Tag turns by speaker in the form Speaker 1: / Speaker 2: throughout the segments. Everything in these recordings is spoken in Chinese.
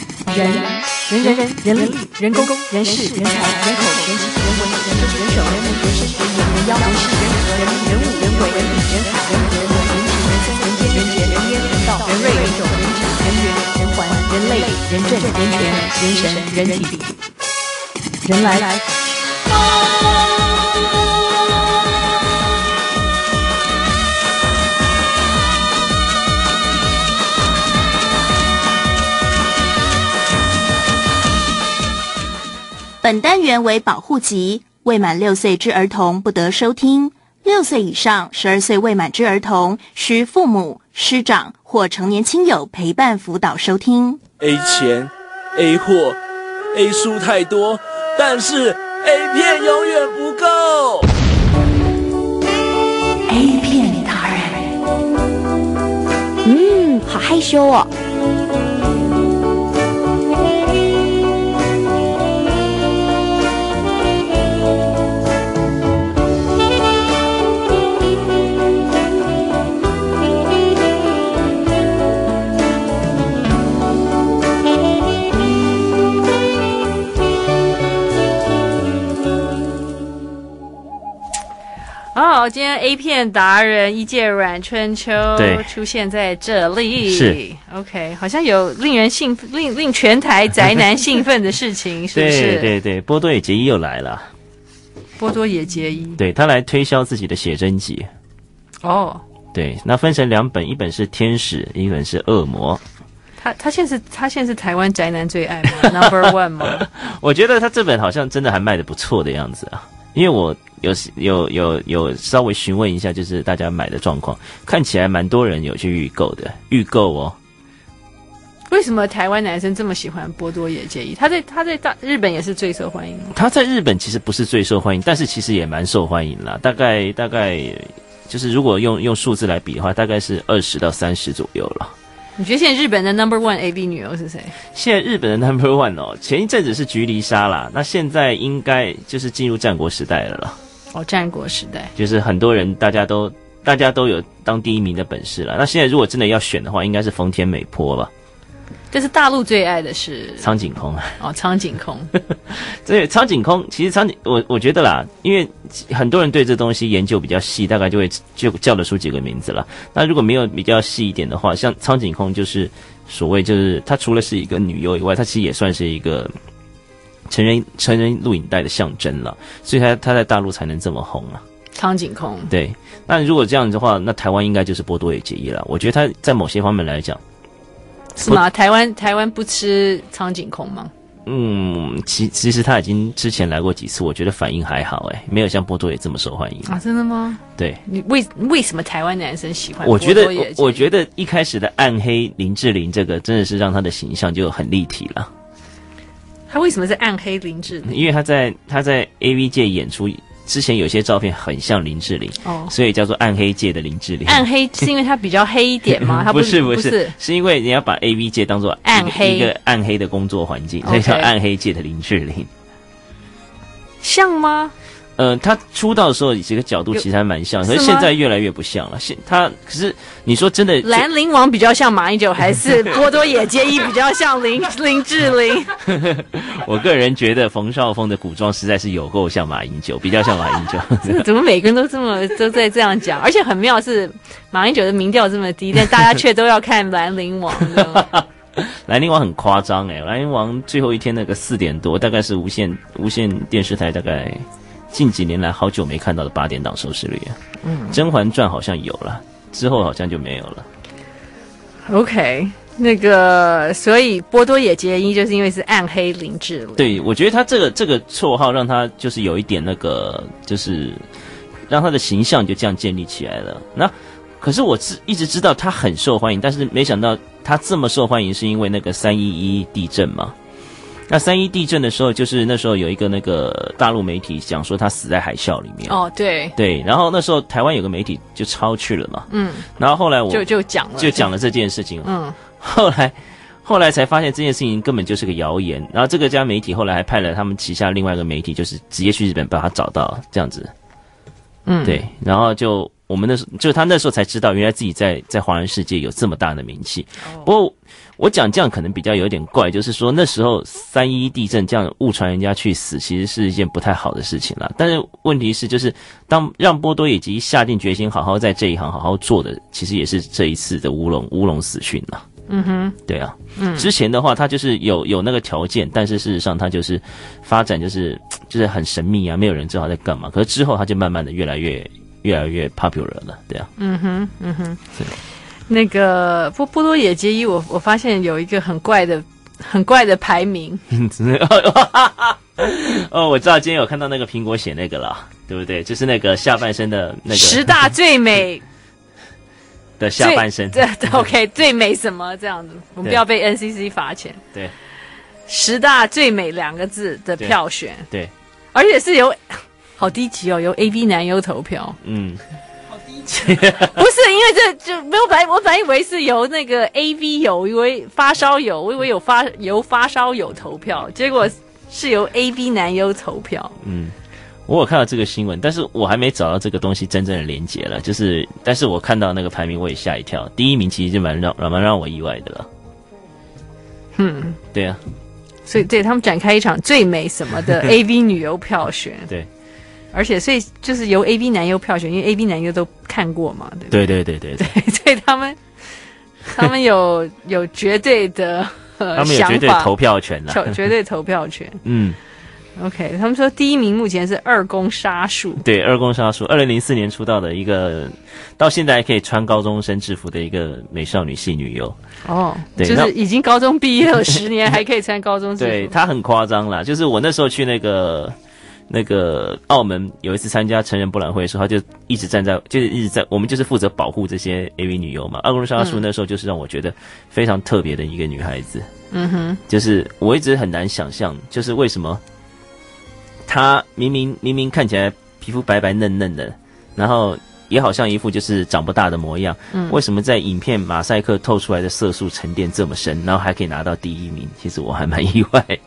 Speaker 1: 人人人人人力人工人事人才人口人情人文人人人手人物人身人眼人妖人事人和人人物人鬼人理人海人人文人情人生人间人杰人烟人道人瑞人种人质人缘人环人类人政人权人神人体人来来。
Speaker 2: 本单元为保护级，未满六岁之儿童不得收听；六岁以上、十二岁未满之儿童，需父母、师长或成年亲友陪伴辅导收听。
Speaker 3: A 钱，A 货，A 书太多，但是 A 片永远不够。
Speaker 4: A 片达人，嗯，好害羞哦。
Speaker 5: 哦，今天 A 片达人一介阮春秋
Speaker 6: 对
Speaker 5: 出现在这里，
Speaker 6: 是
Speaker 5: OK，好像有令人兴奋、令令全台宅男兴奋的事 情，是不
Speaker 6: 对
Speaker 5: 是？
Speaker 6: 对对，波多野结衣又来了，
Speaker 5: 波多野结衣
Speaker 6: 对他来推销自己的写真集。
Speaker 5: 哦，
Speaker 6: 对，那分成两本，一本是天使，一本是恶魔。
Speaker 5: 他他现在是他现在是台湾宅男最爱吗 ？Number one 吗？
Speaker 6: 我觉得他这本好像真的还卖的不错的样子啊，因为我有有有有稍微询问一下，就是大家买的状况，看起来蛮多人有去预购的，预购哦。
Speaker 5: 为什么台湾男生这么喜欢波多野结衣？他在他在大日本也是最受欢迎吗？
Speaker 6: 他在日本其实不是最受欢迎，但是其实也蛮受欢迎啦，大概大概就是如果用用数字来比的话，大概是二十到三十左右了。
Speaker 5: 你觉得现在日本的 Number one AV 女优是谁？
Speaker 6: 现在日本的 Number One 哦，前一阵子是菊离沙啦，那现在应该就是进入战国时代了啦，
Speaker 5: 哦，战国时代
Speaker 6: 就是很多人大家都大家都有当第一名的本事了。那现在如果真的要选的话，应该是丰田美波吧，
Speaker 5: 但是大陆最爱的是
Speaker 6: 苍井空。
Speaker 5: 哦苍井空，
Speaker 6: 对，苍井空其实苍井，我我觉得啦，因为很多人对这东西研究比较细，大概就会就叫得出几个名字了。那如果没有比较细一点的话，像苍井空就是所谓就是她除了是一个女优以外，她其实也算是一个成人成人录影带的象征了，所以她她在大陆才能这么红啊。
Speaker 5: 苍井空
Speaker 6: 对，那如果这样子的话，那台湾应该就是波多野结衣了。我觉得她在某些方面来讲，
Speaker 5: 是吗？台湾台湾不吃苍井空吗？
Speaker 6: 嗯，其其实她已经之前来过几次，我觉得反应还好、欸，哎，没有像波多野这么受欢迎。
Speaker 5: 啊，真的吗？
Speaker 6: 对。
Speaker 5: 你为为什么台湾男生喜欢波
Speaker 6: 我觉
Speaker 5: 多
Speaker 6: 得
Speaker 5: 野结衣？，
Speaker 6: 我我觉得一开始的暗黑林志玲这个真的是让她的形象就很立体了，
Speaker 5: 他为什么是暗黑林志玲？
Speaker 6: 因为她在她在 A V 界演出之前有些照片很像林志玲，
Speaker 5: 哦，
Speaker 6: 所以叫做暗黑界的林志玲。
Speaker 5: 暗黑是因为他比较黑一点 吗？他
Speaker 6: 不
Speaker 5: 是
Speaker 6: 不
Speaker 5: 不
Speaker 6: 是，是因为你要把 A V 界当做
Speaker 5: 暗黑
Speaker 6: 一个暗黑的工作环境，所以叫
Speaker 5: OK
Speaker 6: 暗黑界的林志玲。
Speaker 5: 像吗？
Speaker 6: 呃，她出道的时候几个角度
Speaker 5: 有
Speaker 6: 其实还蛮像，
Speaker 5: 是
Speaker 6: 可
Speaker 5: 吗
Speaker 6: 是现在越来越不像了。现她可是你说真的，
Speaker 5: 兰陵王比较像马英九，还 是波多野结衣比较像林林志玲？
Speaker 6: 我个人觉得冯绍峰的古装实在是有够像马英九，比较像马英九。
Speaker 5: 怎么每个人都这么都在这样讲？而且很妙是，马英九的民调这么低，但大家却都要看兰陵王，你知道 吗
Speaker 6: 兰陵王很夸张哎，兰陵王最后一天那个四点多，大概是无线无线电视台大概近几年来好久没看到的八点档收视率啊。嗯，《甄嬛传》好像有了，之后好像就没有了。
Speaker 5: ？OK，那个，所以波多野结衣就是因为是暗黑林志玲。
Speaker 6: 对，我觉得他这个这个绰号让他就是有一点那个，就是让他的形象就这样建立起来了。那可是我知一直知道他很受欢迎，但是没想到他这么受欢迎是因为那个三一一地震嘛。那三一地震的时候，就是那时候有一个那个大陆媒体讲说他死在海啸里面。
Speaker 5: 哦，对，
Speaker 6: 对，然后那时候台湾有个媒体就抄去了嘛，
Speaker 5: 嗯，
Speaker 6: 然后后来我
Speaker 5: 就就讲了，
Speaker 6: 就讲了这件事情，
Speaker 5: 嗯，
Speaker 6: 后来后来才发现这件事情根本就是个谣言。然后这个家媒体后来还派了他们旗下另外一个媒体，就是直接去日本把他找到这样子。
Speaker 5: 嗯
Speaker 6: 对，然后就我们那时候就是他那时候才知道，原来自己在在华人世界有这么大的名气。
Speaker 5: 哦
Speaker 6: 不过我讲这样可能比较有点怪，就是说那时候三一地震这样误传人家去死，其实是一件不太好的事情啦。但是问题是，就是当让波多野结衣下定决心好好在这一行好好做的，其实也是这一次的乌龙乌龙死讯啦。嗯哼，对啊，嗯，之前的话他就是有有那个条件，但是事实上他就是发展就是就是很神秘啊，没有人知道他在干嘛。可是之后他就慢慢的越来越越来越 popular 了，对啊，
Speaker 5: 那个波波多野结衣，我我发现有一个很怪的、很怪的排名，
Speaker 6: 哦，我知道今天有看到那个苹果写那个啦，对不对？就是那个下半身的那
Speaker 5: 十
Speaker 6: 个
Speaker 5: 大最美
Speaker 6: 的 下半身，
Speaker 5: 最对 OK 最美什么这样子，我们
Speaker 6: 对
Speaker 5: 不要被 NCC 罚钱。
Speaker 6: 对
Speaker 5: 十大最美两个字的票选，
Speaker 6: 对，
Speaker 5: 而且是由 好低级哦，由 A B 男优投票，
Speaker 6: 嗯，
Speaker 5: 不是因为这就没有本来我本来以为是由那个 A V 有一位发烧友，我以为有发由发烧友投票，结果是由 A B 男优投票。
Speaker 6: 我有看到这个新闻，但是我还没找到这个东西真正的连接了。就是，但是我看到那个排名，我也吓一跳。第一名其实就蛮让蛮让我意外的了。嗯，对啊，
Speaker 5: 所以对他们展开一场最美什么 的 A V 女优票选，
Speaker 6: 对，
Speaker 5: 而且所以就是由 A V 男优票选，因为 A V 男优都看过嘛，对不
Speaker 6: 对对对对对，
Speaker 5: 对？ 所以他们他们有有绝对的、呃、
Speaker 6: 他们有绝对
Speaker 5: 想法
Speaker 6: 投票权了。
Speaker 5: 投绝对投票权。
Speaker 6: 嗯，
Speaker 5: OK，他们说第一名目前是二宫沙树，
Speaker 6: 对，二宫沙树，二零零四年出道的一个，到现在还可以穿高中生制服的一个美少女系女优。
Speaker 5: 哦，
Speaker 6: 对
Speaker 5: 就
Speaker 6: 那
Speaker 5: 是已经高中毕业 了十年，还可以穿高中制服。
Speaker 6: 对他很夸张啦，就是我那时候去那个那个澳门有一次参加成人博览会的时候，他就一直站在，就是一直在，我们就是负责保护这些 AV 女优嘛。二宫沙树那时候就是让我觉得非常特别的一个女孩子，
Speaker 5: 嗯哼，
Speaker 6: 就是我一直很难想象，就是为什么她明明明明看起来皮肤白白嫩嫩的，然后。也好像一副就是长不大的模样，为什么在影片马赛克透出来的色素沉淀这么深，然后还可以拿到第一名？其实我还蛮意外的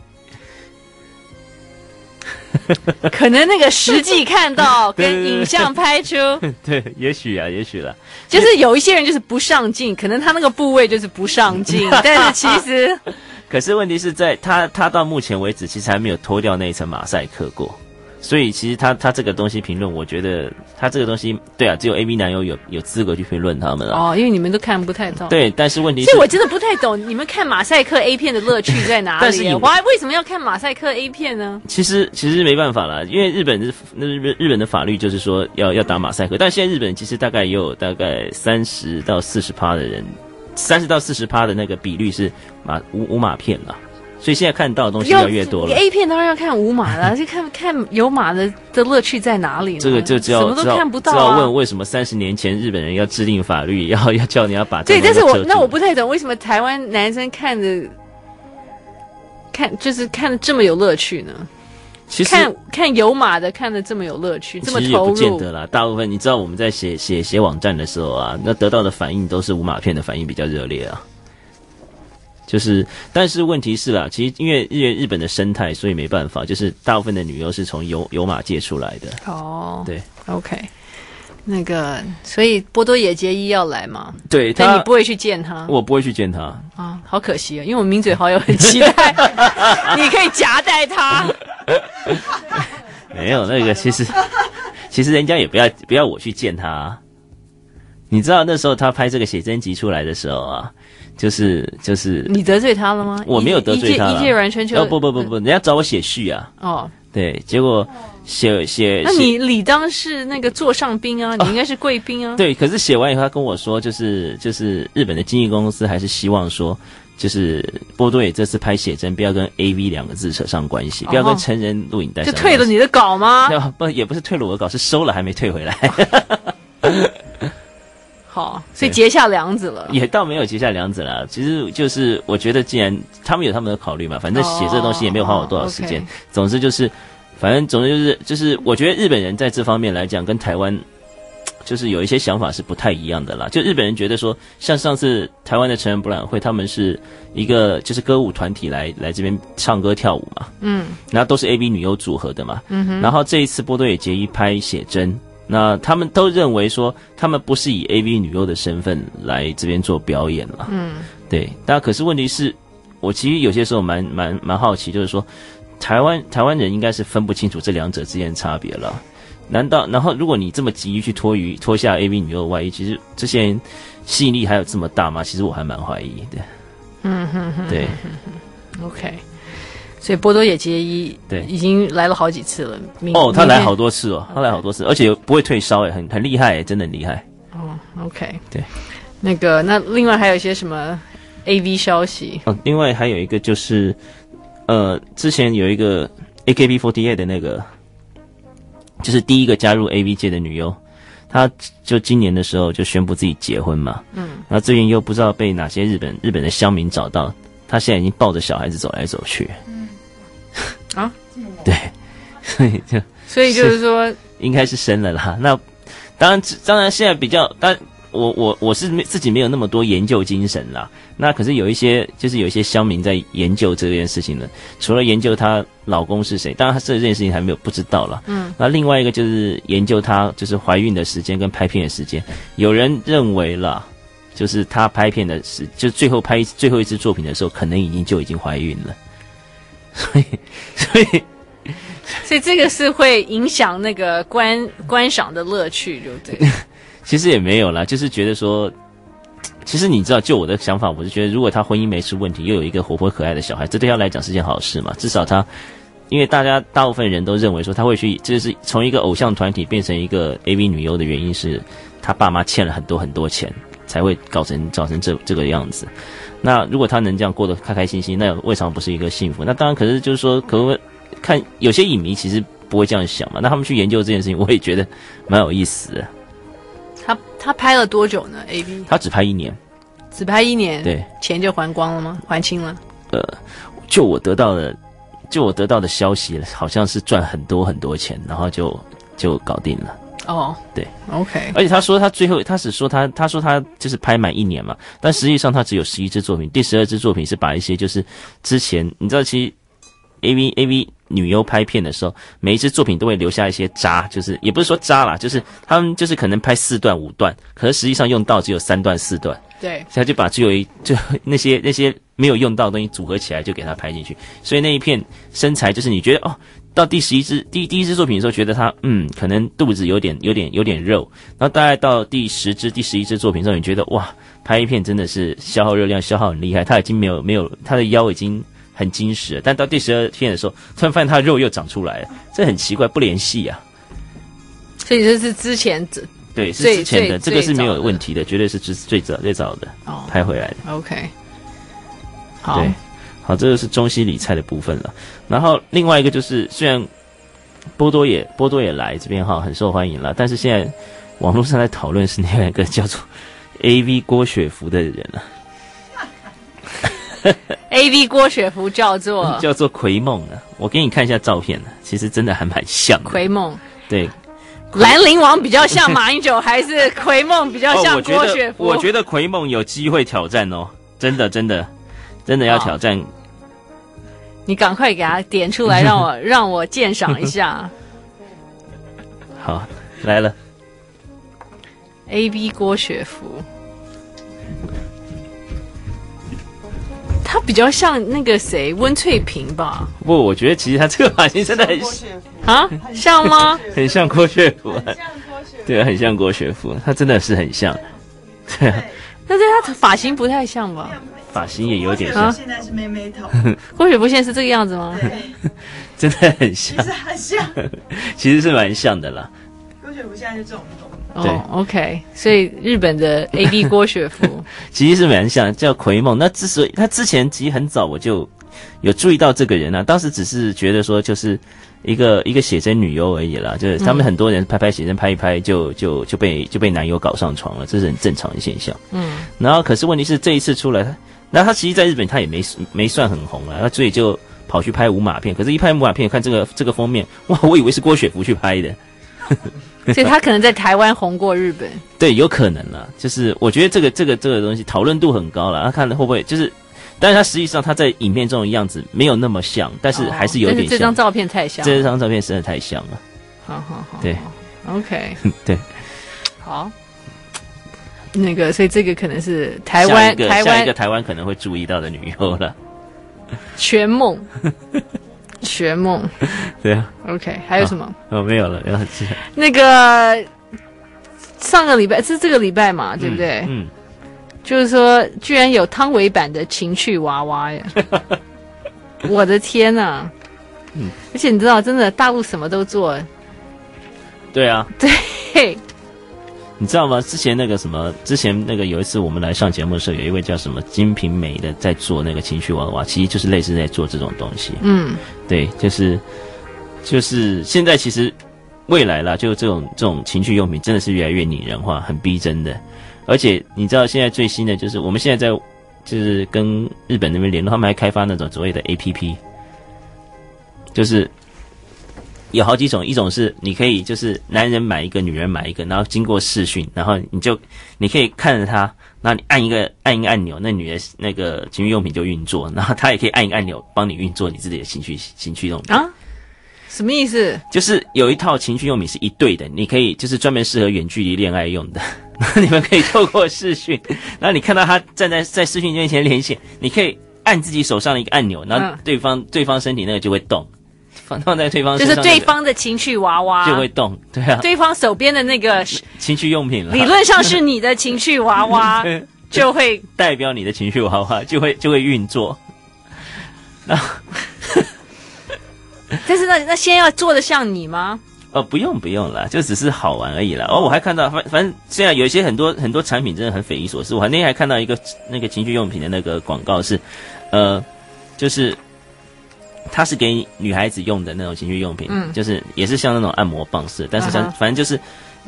Speaker 5: 可能那个实际看 到
Speaker 6: 对对
Speaker 5: 跟
Speaker 6: 对对
Speaker 5: 影像拍 出，
Speaker 6: 对，也许啊，也许啦。
Speaker 5: 就是有一些人就是不上镜，可能他那个部位就是不上 镜，但是其实
Speaker 6: 可是问题是在他他到目前为止其实还没有脱掉那一层马赛克过，所以其实他他这个东西评论，我觉得他这个东西，对啊，只有 A B 男友有有资格去评论他们啊。
Speaker 5: 哦，因为你们都看不太到。，
Speaker 6: 对，但是问题是
Speaker 5: 所以，我真的不太懂你们看马赛克 A 片的乐趣在哪里。
Speaker 6: 但 是你
Speaker 5: 我还为什么要看马赛克 A 片呢？
Speaker 6: 其实其实没办法啦，因为日本是那日本日本的法律就是说要要打马赛克，但现在日本其实大概也有大概三十到四十趴的人，三十到四十趴的那个比率是马无无马片啦，所以现在看到的东西越来越多了。
Speaker 5: A 片当然要看无码了， 就看看有码的的乐趣在哪里呢？
Speaker 6: 这个就只
Speaker 5: 哎什
Speaker 6: 要
Speaker 5: 么
Speaker 6: 知
Speaker 5: 都
Speaker 6: 道
Speaker 5: 看不到
Speaker 6: 知道问
Speaker 5: 啊。
Speaker 6: 为什么三十年前日本人要制定法律，要要叫你要把这
Speaker 5: 对，
Speaker 6: 个东
Speaker 5: 但
Speaker 6: 西
Speaker 5: 是我
Speaker 6: 遮住
Speaker 5: 那我不太懂为什么台湾男生看着看就是看的这么有乐趣呢？
Speaker 6: 其实
Speaker 5: 看看有码的看的这么有乐趣，这么
Speaker 6: 其实也
Speaker 5: 投
Speaker 6: 不见
Speaker 5: 入。
Speaker 6: 得啦。大部分你知道我们在写写写网站的时候啊，那得到的反应都是无码片的反应比较热烈啊。就是，但是问题是啦，其实因为日日本的生态，所以没办法，就是大部分的女优是从有有马界出来的。
Speaker 5: 哦，
Speaker 6: 对
Speaker 5: ，OK，那个，所以波多野结衣要来嘛？
Speaker 6: 对
Speaker 5: 但你不会去见他
Speaker 6: 我不会去见他。
Speaker 5: 啊，好可惜啊，因为我名嘴好友很期 待，你可以夹带他。
Speaker 6: 没有那个，其实 其实人家也不要不要我去见他啊、你知道那时候他拍这个写真集出来的时候啊，就是就是
Speaker 5: 你得罪他了吗？
Speaker 6: 我没有得罪他
Speaker 5: 啊一
Speaker 6: 啦
Speaker 5: 介一介软春秋
Speaker 6: 哦不不不不，人家找我写序啊，
Speaker 5: 哦，
Speaker 6: 对，结果写写
Speaker 5: 那
Speaker 6: 写
Speaker 5: 你理当是那个座上宾啊，你应该是贵宾啊。
Speaker 6: 哦对，可是写完以后他跟我说，就是就是日本的经纪公司还是希望说。就是波多野这次拍写真，不要跟 A V 两个字扯上关系，不要跟
Speaker 5: 哦
Speaker 6: 成人录影带
Speaker 5: 就
Speaker 6: 上关系。
Speaker 5: 退了你的稿吗？
Speaker 6: 那 不也不是退了我的稿，是收了还没退回来。
Speaker 5: 好，所以结下梁子了。
Speaker 6: 也倒没有结下梁子啦，其实就是我觉得，既然他们有他们的考虑嘛，反正写这东西也没有花我多少时间。
Speaker 5: 哦，OK
Speaker 6: 总之就是，反正总之就是就是，我觉得日本人在这方面来讲，跟台湾就是有一些想法是不太一样的啦。就日本人觉得说，像上次台湾的成人博览会，他们是一个就是歌舞团体来来这边唱歌跳舞嘛，
Speaker 5: 嗯
Speaker 6: 然后都是 A B 女优组合的嘛，嗯哼，然后这一次波多野结衣拍写真，那他们都认为说，他们不是以 AV 女优的身份来这边做表演了。
Speaker 5: 嗯，
Speaker 6: 对。但可是问题是，我其实有些时候蛮蛮蛮好奇，就是说，台湾台湾人应该是分不清楚这两者之间的差别了。难道然后如果你这么急于去脱于脱下 AV 女优的外衣，其实这些人吸引力还有这么大吗？其实我还蛮怀疑的。嗯哼哼，对
Speaker 5: 嗯 OK，所以波多野结衣
Speaker 6: 对
Speaker 5: 已经来了好几次了。明
Speaker 6: 哦，他来好
Speaker 5: 明
Speaker 6: 多次哦，他来好多次，而且不会退烧诶，很很厉害诶，真的很厉害。
Speaker 5: 天哦，OK，
Speaker 6: 对，
Speaker 5: 那个那另外还有一些什么 AV 消息？
Speaker 6: 哦，另外还有一个就是，呃，之前有一个 AKB48 的那个，就是第一个加入 AV 界的女优，她就今年的时候就宣布自己结婚嘛，嗯，然后最近又不知道被哪些日本日本的乡民找到，她现在已经抱着小孩子走来走去，嗯，
Speaker 5: 啊，
Speaker 6: 对，所以就
Speaker 5: 所以就是说，
Speaker 6: 应该是生了啦。 那当然，当然现在比较，当然我我我是没自己没有那么多研究精神啦。那可是有一些，就是有一些乡民在研究这件事情呢。除了研究她老公是谁，当然她这件事情还没有不知道啦。嗯。那另外一个就是研究她就是怀孕的时间跟拍片的时间。有人认为啦，就是她拍片的时，就最后拍最后一支作品的时候，可能已经就已经怀孕了。所以， 所以。
Speaker 5: 所以这个是会影响那个观观赏的乐趣，就对。
Speaker 6: 其实也没有啦，就是觉得说，其实你知道，就我的想法，我是觉得，如果他婚姻没出问题，又有一个活泼可爱的小孩，这对他来讲是件好事嘛。至少他，因为大家大部分人都认为说，他会去，这就是从一个偶像团体变成一个 AV 女优的原因是，他爸妈欠了很多很多钱，才会搞成造成这这个样子。那如果他能这样过得开开心心，那未尝不是一个幸福。那当然，可是就是说，可不可看有些影迷其实不会这样想嘛。那他们去研究这件事情，我也觉得蛮有意思的。
Speaker 5: 他他拍了多久呢？AV
Speaker 6: 他只拍一年，
Speaker 5: 只拍一年，
Speaker 6: 对，
Speaker 5: 钱就还光了吗？还清了？
Speaker 6: 呃，就我得到的，就我得到的消息，好像是赚很多很多钱，然后就就搞定了。
Speaker 5: 哦，
Speaker 6: 对
Speaker 5: ，OK，
Speaker 6: 而且他说他最后，他只说他他说他就是拍满一年嘛，但实际上他只有十一支作品，第十二支作品是把一些就是之前你知道，其实 A V A V 女优拍片的时候，每一支作品都会留下一些渣，就是也不是说渣啦，就是他们就是可能拍四段五段，可是实际上用到只有三段四段。
Speaker 5: 对，
Speaker 6: 他就把只有一就那些那些没有用到的东西组合起来，就给他拍进去。所以那一片身材，就是你觉得哦，到第十一支第第一支作品的时候，觉得他嗯，可能肚子有点有点有点肉。然后大概到第十支第十一支作品的时候，你觉得哇，拍一片真的是消耗热量，消耗很厉害。他已经没有没有他的腰已经很结实了，但到第十二片的时候，突然发现他的肉又长出来了，这很奇怪，不联系啊。
Speaker 5: 所以这是之前这
Speaker 6: 对，是
Speaker 5: 最
Speaker 6: 之前的，这
Speaker 5: 最
Speaker 6: 个是没有
Speaker 5: 最早的
Speaker 6: 问题的，绝对是之最早最早的
Speaker 5: 哦
Speaker 6: 拍回来的。
Speaker 5: OK，好
Speaker 6: 对，好，这就是中西理菜的部分了。然后另外一个就是，虽然波多也波多也来这边哈，很受欢迎了，但是现在网络上在讨论是另外一个叫做 A V
Speaker 5: 嗯
Speaker 6: 郭雪芙的人啊，
Speaker 5: ，AV 郭雪芙叫做
Speaker 6: 叫做奎梦啊。我给你看一下照片呢，啊其实真的还蛮像的。
Speaker 5: 奎梦，
Speaker 6: 对，
Speaker 5: 兰陵王比较像马英九，还是奎梦比较
Speaker 6: 哦，
Speaker 5: 像
Speaker 6: 我觉
Speaker 5: 郭雪
Speaker 6: 得
Speaker 5: 芙？
Speaker 6: 我觉得奎梦有机会挑战哦，真的真的真的要
Speaker 5: 好
Speaker 6: 挑战。
Speaker 5: 你赶快给他点出来，让我让我鉴赏一 下
Speaker 6: 好，来了，
Speaker 5: AV 郭雪芙。他比较像那个谁温翠萍吧？
Speaker 6: 不过我觉得其实他这个发型真的很
Speaker 5: 啊，像吗？
Speaker 6: 很像郭雪芙，啊很像郭雪对，很像郭雪芙，她真的是很像，对啊，
Speaker 5: 但是他发型不太像吧？
Speaker 6: 发型也有点
Speaker 7: 啊
Speaker 6: 像，
Speaker 8: 现在是妹妹头，
Speaker 5: 郭雪芙现在是这个样子吗？
Speaker 6: 真的很像，
Speaker 8: 很像。
Speaker 6: 其实是蛮像的啦。
Speaker 8: 郭雪芙现在是这种头，
Speaker 6: 对
Speaker 5: 哦，OK，所以日本的 AV 郭雪 芙，
Speaker 6: 其实是蛮像，叫奎梦。那之所以他之前其实很早我就有注意到这个人啊，当时只是觉得说就是一个一个写真女优而已啦，就是他们很多人拍拍写真拍一拍就就就被就被男友搞上床了，这是很正常的现象。
Speaker 5: 嗯，
Speaker 6: 然后可是问题是这一次出来，他那他其实在日本他也没没算很红啊，他所以就跑去拍舞马片。可是，一拍舞马片，看这个这个封面，哇，我以为是郭雪芙去拍的。
Speaker 5: 所以他可能在台湾红过日本。
Speaker 6: 对，有可能啦。就是我觉得这个这个这个东西讨论度很高了，他看会不会就是，但是他实际上他在影片中的样子没有那么像，但是还是有
Speaker 5: 哦但
Speaker 6: 点
Speaker 5: 这张
Speaker 6: 像。
Speaker 5: 照片太像。
Speaker 6: 这张照片实在太像了。
Speaker 5: 好好好，
Speaker 6: 对，
Speaker 5: OK，
Speaker 6: 对，
Speaker 5: 好，那个，所以这个可能是台
Speaker 6: 下
Speaker 5: 湾
Speaker 6: 一个
Speaker 5: 台
Speaker 6: 下一
Speaker 5: 湾
Speaker 6: 个台湾可能会注意到的女优了，
Speaker 5: 全梦， 全梦。
Speaker 6: 对啊，
Speaker 5: OK，还有什么？
Speaker 6: 哦没有了，然后这样
Speaker 5: 那个上个礼拜是这个礼拜嘛，对不对？
Speaker 6: 嗯，
Speaker 5: 就是说，居然有汤唯版的情趣娃 娃耶！我的天呐、啊而且你知道，真的大陆什么都做，
Speaker 6: 嗯对啊，
Speaker 5: 嘿，
Speaker 6: 你知道吗？之前那个什么，之前那个有一次我们来上节目的时候，有一位叫什么金瓶梅的在做那个情绪娃娃，其实就是类似在做这种东西。
Speaker 5: 嗯，
Speaker 6: 对，就是就是现在其实未来啦，就这种这种情趣用品真的是越来越拟人化，很逼真的。而且你知道现在最新的就是我们现在在就是跟日本那边联络，他们还开发那种所谓的 A P P，就是有好几种，一种是你可以就是男人买一个，女人买一个，然后经过视讯，然后你就你可以看着它，然后你按一个按一个按钮，那女的那个情趣用品就运作，然后它也可以按一个按钮帮你运作你自己的情趣情趣用品。
Speaker 5: 啊，什么意思？
Speaker 6: 就是有一套情趣用品是一对的，你可以就是专门适合远距离恋爱用的。 那你们可以透过视讯， 然后你看到他站在在视讯面前连线，你可以按自己手上的一个按钮，然后
Speaker 5: 嗯
Speaker 6: 对方、对方身体那个就会动，放放在对方
Speaker 5: 就
Speaker 6: 身
Speaker 5: 是
Speaker 6: 上那
Speaker 5: 对
Speaker 6: 个
Speaker 5: 方的情趣娃娃，
Speaker 6: 就会动，对啊，
Speaker 5: 对方手边的那个
Speaker 6: 情趣用品啦
Speaker 5: 理论上是你的情趣娃娃
Speaker 6: 对
Speaker 5: 就会
Speaker 6: 代表你的情绪娃娃就会就会运作，
Speaker 5: 但是那那先要做的像你吗？
Speaker 6: 呃，不用不用啦，就只是好玩而已啦。哦，我还看到，反反正现在有一些很多很多产品真的很匪夷所思。我那天还看到一个那个情趣用品的那个广告是，呃，就是它是给女孩子用的那种情趣用品，
Speaker 5: 嗯
Speaker 6: 就是也是像那种按摩棒似的，但是像、
Speaker 5: 嗯哼
Speaker 6: 反正就是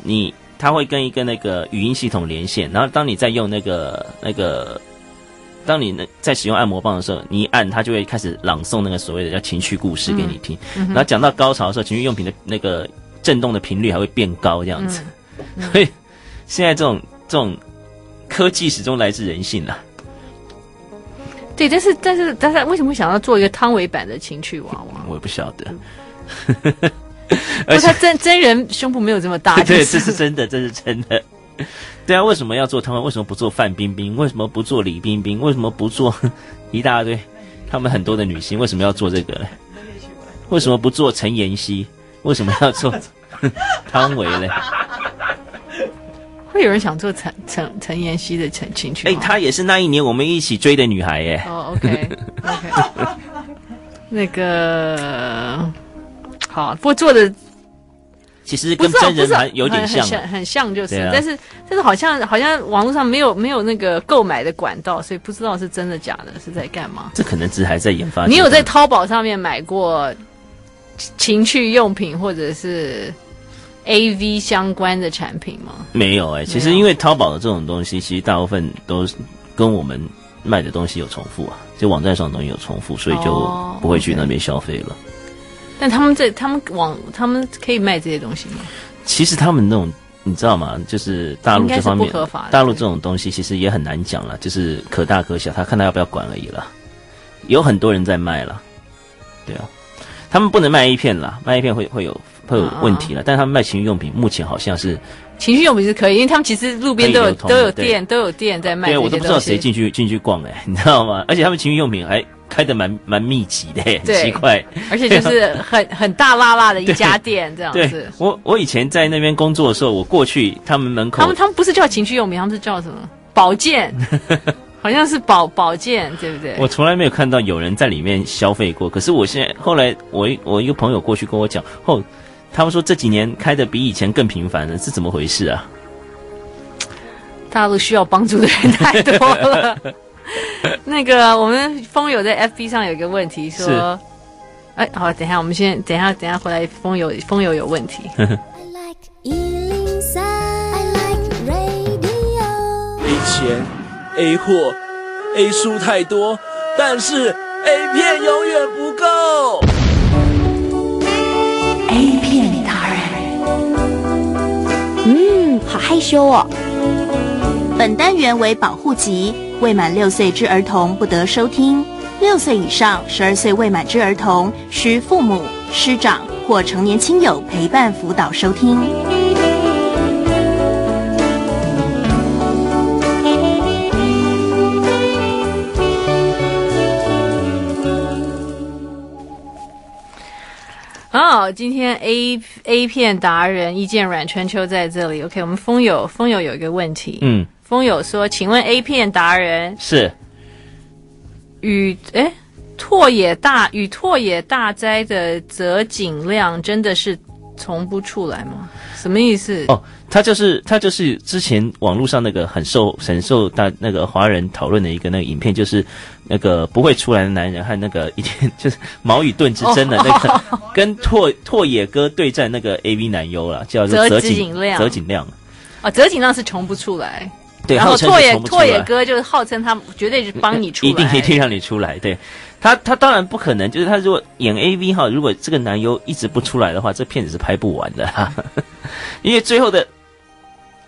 Speaker 6: 你它会跟一个那个语音系统连线，然后当你在用那个那个。当你那在使用按摩棒的时候，你一按它就会开始朗诵那个所谓的叫情趣故事给你听，
Speaker 5: 嗯
Speaker 6: 然后讲到高潮的时候，情趣用品的那个震动的频率还会变高，这样子。
Speaker 5: 嗯
Speaker 6: 所以现在这种这种科技始终来自人性啊啦，
Speaker 5: 对，但是但是但是为什么会想要做一个汤唯版的情趣娃娃？
Speaker 6: 我也不晓得。
Speaker 5: 嗯不过
Speaker 6: 而且
Speaker 5: 他真真人胸部没有这么大，
Speaker 6: 对，
Speaker 5: 就
Speaker 6: 这是真的，这是真的。 对啊，为什么要做他们？为什么不做范冰冰？为什么不做李冰冰？为什么不做 一大堆？他们很多的女星为什么要做这个呢？为什么不做陈妍希？为什么要做 汤唯嘞？
Speaker 5: 会有人想做陈陈陈妍希的情情趣
Speaker 6: 哎、
Speaker 5: 娃娃。
Speaker 6: 她也是那一年我们一起追的女孩耶。
Speaker 5: 哦，OK OK，那个好，不过做的
Speaker 6: 其实
Speaker 5: 不
Speaker 6: 跟
Speaker 5: 是啊
Speaker 6: 真
Speaker 5: 不
Speaker 6: 人
Speaker 5: 是啊
Speaker 6: 还有
Speaker 5: 很
Speaker 6: 点
Speaker 5: 很
Speaker 6: 像，
Speaker 5: 像，很像就是，
Speaker 6: 对啊
Speaker 5: 但是但是好像好像网络上没有没有那个购买的管道，所以不知道是真的假的，是在干嘛。
Speaker 6: 这可能只是还在研发。
Speaker 5: 你有在？淘宝上面买过情趣用品或者是 A V 相关的产品吗？
Speaker 6: 没有哎、其实
Speaker 5: 没有
Speaker 6: 因为淘宝的这种东西，其实大部分都是跟我们卖的东西有重复啊，就网站上的东西有重复，所以就
Speaker 5: 哦
Speaker 6: 不会去那边消费了。
Speaker 5: 但他们在他们网他们可以卖这些东西吗？
Speaker 6: 其实他们那种。你知道吗？就是大陆
Speaker 5: 应该
Speaker 6: 这
Speaker 5: 是
Speaker 6: 方面
Speaker 5: 不合法的，
Speaker 6: 大陆这种东西其实也很难讲了，就是可大可小，他看他要不要管而已了。有很多人在卖了，对啊，他们不能卖 A 片啦，卖 A 片会会有会
Speaker 5: 啊
Speaker 6: 有问题了。但他们卖情趣用品，目前好像是
Speaker 5: 情趣用品是可以，因为他们其实路边都有
Speaker 6: 可以流通的
Speaker 5: 都有
Speaker 6: 对
Speaker 5: 店都有店在卖这
Speaker 6: 对，
Speaker 5: 些
Speaker 6: 我
Speaker 5: 东西。
Speaker 6: 都不知道谁进去进去逛哎、 你知道吗？而且他们情趣用品还开的蛮蛮密集的、哎很
Speaker 5: 对
Speaker 6: 奇怪。
Speaker 5: 而且就是很很大辣辣的一家店这样
Speaker 6: 对
Speaker 5: 子。
Speaker 6: 我我以前在那边工作的时候，我过去他们门口，
Speaker 5: 他们他们不是叫情趣用品，他们是叫什 么？保健，好像是保保健，对不对
Speaker 6: 我？从来没有看到有人在里面消费过。可是我现在后来我一我一个朋友过去跟我讲，后他们说这几年开的比以前更频繁了，是怎么回事啊？
Speaker 5: 大陆需要帮助的人太多 了。那个我们风友在 FB 上有一个问题说
Speaker 6: 是。
Speaker 5: 哎，好，等一下，我们先等一下，等一下回来，风友风友有问题。
Speaker 6: 嗯
Speaker 9: I like Ealing Sound. I like radio.
Speaker 3: A 钱、A 货、A 书太多，但是 A 片永远不够。
Speaker 4: ，A 片达人。嗯，好害羞哦。
Speaker 2: 本单元为保护级，未满六岁之儿童不得收听。六岁以上、十二岁未满之儿童，需父母、师长或成年亲友陪伴辅导收听。
Speaker 5: 哦，今天 A A 片达人意见软春秋在这里。OK，我们风友风友有一个问题，
Speaker 6: 嗯，
Speaker 5: 风友说，请问 A 片达人
Speaker 6: 是
Speaker 5: 与诶哎拓野大与拓野大灾的泽井亮真的是从不出来吗？什么意思？
Speaker 6: 哦，他就是他就是之前网络上那个很受很受大那个华人讨论的一个那个影片，就是那个不会出来的男人和那个一天就是矛与盾之争的那个，
Speaker 5: 哦
Speaker 6: 跟拓拓野哥对战那个 A V 男优啦，叫做
Speaker 5: 泽
Speaker 6: 泽
Speaker 5: 井
Speaker 6: 井
Speaker 5: 亮
Speaker 6: 泽井亮，
Speaker 5: 哦，泽井亮是从不出来，
Speaker 6: 对，
Speaker 5: 然后
Speaker 6: 号称
Speaker 5: 拓
Speaker 6: 是
Speaker 5: 野
Speaker 6: 从不出
Speaker 5: 拓野
Speaker 6: 来。
Speaker 5: 哥就是号称他绝对是帮你出来，
Speaker 6: 一定一定让你出来。对他，他当然不可能，就是他如果演 AV 哈，如果这个男优一直不出来的话，这片子是拍不完的 哈，因为最后的。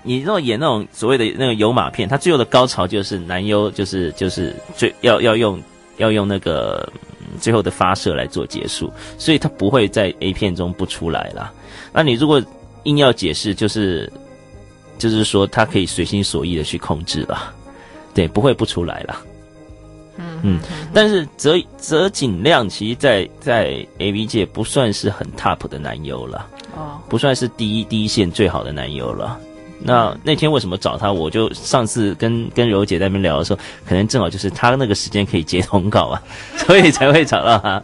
Speaker 6: 你那种演那种所谓的那个有马片，他最后的高潮就是男优就是就是最要要用要用那个、嗯最后的发射来做结束，所以他不会在 A 片中不出来啦。那你如果硬要解释，就是就是说他可以随心所欲的去控制吧，对，不会不出来啦。嗯，但是泽泽井亮其实在在 A V 界不算是很 top 的男优了，
Speaker 5: 哦，
Speaker 6: 不算是第一第一线最好的男优了。那那天为什么找他？我就上次跟跟柔姐在那边聊的时候，可能正好就是他那个时间可以接通告啊， 所以才会找到他，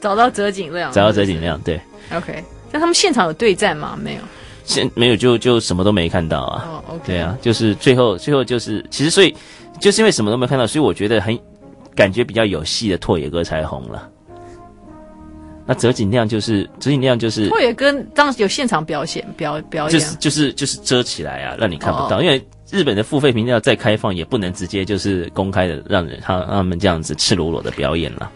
Speaker 5: 找到泽井亮，
Speaker 6: 找到泽井亮。对，
Speaker 5: OK，那他们现场有对战吗？没有。
Speaker 6: 现没有就就什么都没看到啊。
Speaker 5: 哦，OK。
Speaker 6: 对啊，就是最后最后就是，其实所以就是因为什么都没有看到，所以我觉得很感觉比较有戏的拓野哥才红了。那泽井亮就是泽井亮就是
Speaker 5: 拓野哥当时有现场表现表表演，
Speaker 6: 就是就是就是遮起来啊，让你看不到，
Speaker 5: 哦
Speaker 6: 因为日本的付费频道再开放也不能直接就是公开的让人他让他们这样子赤裸裸的表演了。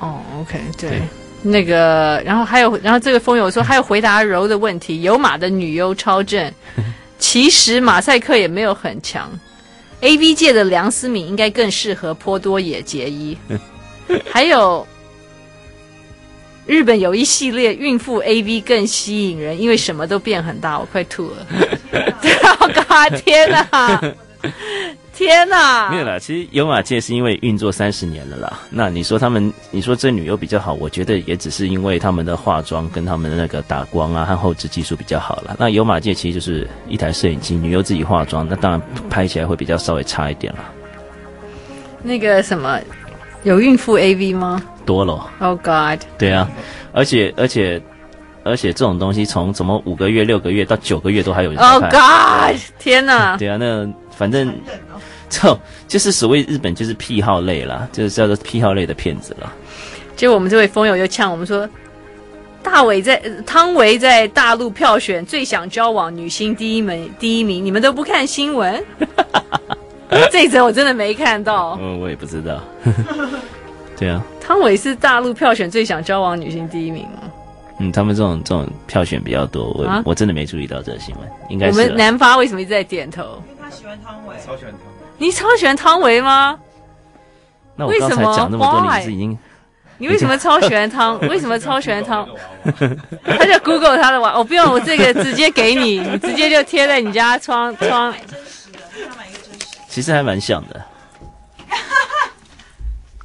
Speaker 5: 哦，OK，对。
Speaker 6: 对
Speaker 5: 那个，然后还有，然后这个风友说，还有回答柔的问题，有马的女优超 正，其实马赛克也没有很强，A V 界的梁思敏应该更适合波多野结 衣，还有日本有一系列孕妇 A V 更吸引人，因为什么都变很大，我快吐 了， 我靠，天哪，天哪，
Speaker 6: 没有啦，其实有马界是因为运作三十年了啦。那你说他们，你说这女优比较好，我觉得也只是因为他们的化妆跟他们的那个打光啊和后置技术比较好啦。那有马界其实就是一台摄影机，女优自己化妆，那当然拍起来会比较稍微差一点啦，
Speaker 5: 那个什么，有孕妇 A V 吗
Speaker 6: 多了。
Speaker 5: ？Oh God！
Speaker 6: 对啊，而且而且而且这种东西从怎么五个月、六个月到九个月都还有人在
Speaker 5: Oh
Speaker 6: 看。
Speaker 5: God！天哪！
Speaker 6: 对啊，那反正
Speaker 8: 忍哦。
Speaker 6: 这种就是所谓日本就是癖好类啦，就是叫做癖好类的骗子啦。
Speaker 5: 结果我们这位风友又呛我们说，大伟在呃汤唯在大陆票选最想交往女星第一名，第一名，你们都不看新闻？这一则我真的没看到，
Speaker 6: 嗯，我也不知道。 对啊，
Speaker 5: 汤唯是大陆票选最想交往女星第一名吗？
Speaker 6: 嗯，他们这种这种票选比较多，我、
Speaker 5: 啊
Speaker 6: 我真的没注意到这个新闻，应该
Speaker 5: 我
Speaker 6: 是啊
Speaker 5: 们
Speaker 6: 啦。
Speaker 5: 南发为什么一直在点头？
Speaker 8: 因为他喜欢汤唯，
Speaker 10: 超喜欢他。
Speaker 5: 你超喜欢汤唯吗？
Speaker 6: 那我
Speaker 5: 为
Speaker 6: 刚
Speaker 5: 什
Speaker 6: 才
Speaker 5: 么
Speaker 6: 讲那么多，
Speaker 5: Why？
Speaker 6: 你是已经
Speaker 5: 你为什么超喜欢 汤？为什么超喜欢汤？他就 Google 他的娃，我、不用，我这个直接给 你，你直接就贴在你家窗窗。
Speaker 8: 真实的，他买一个真实的。
Speaker 6: 其实还蛮像的。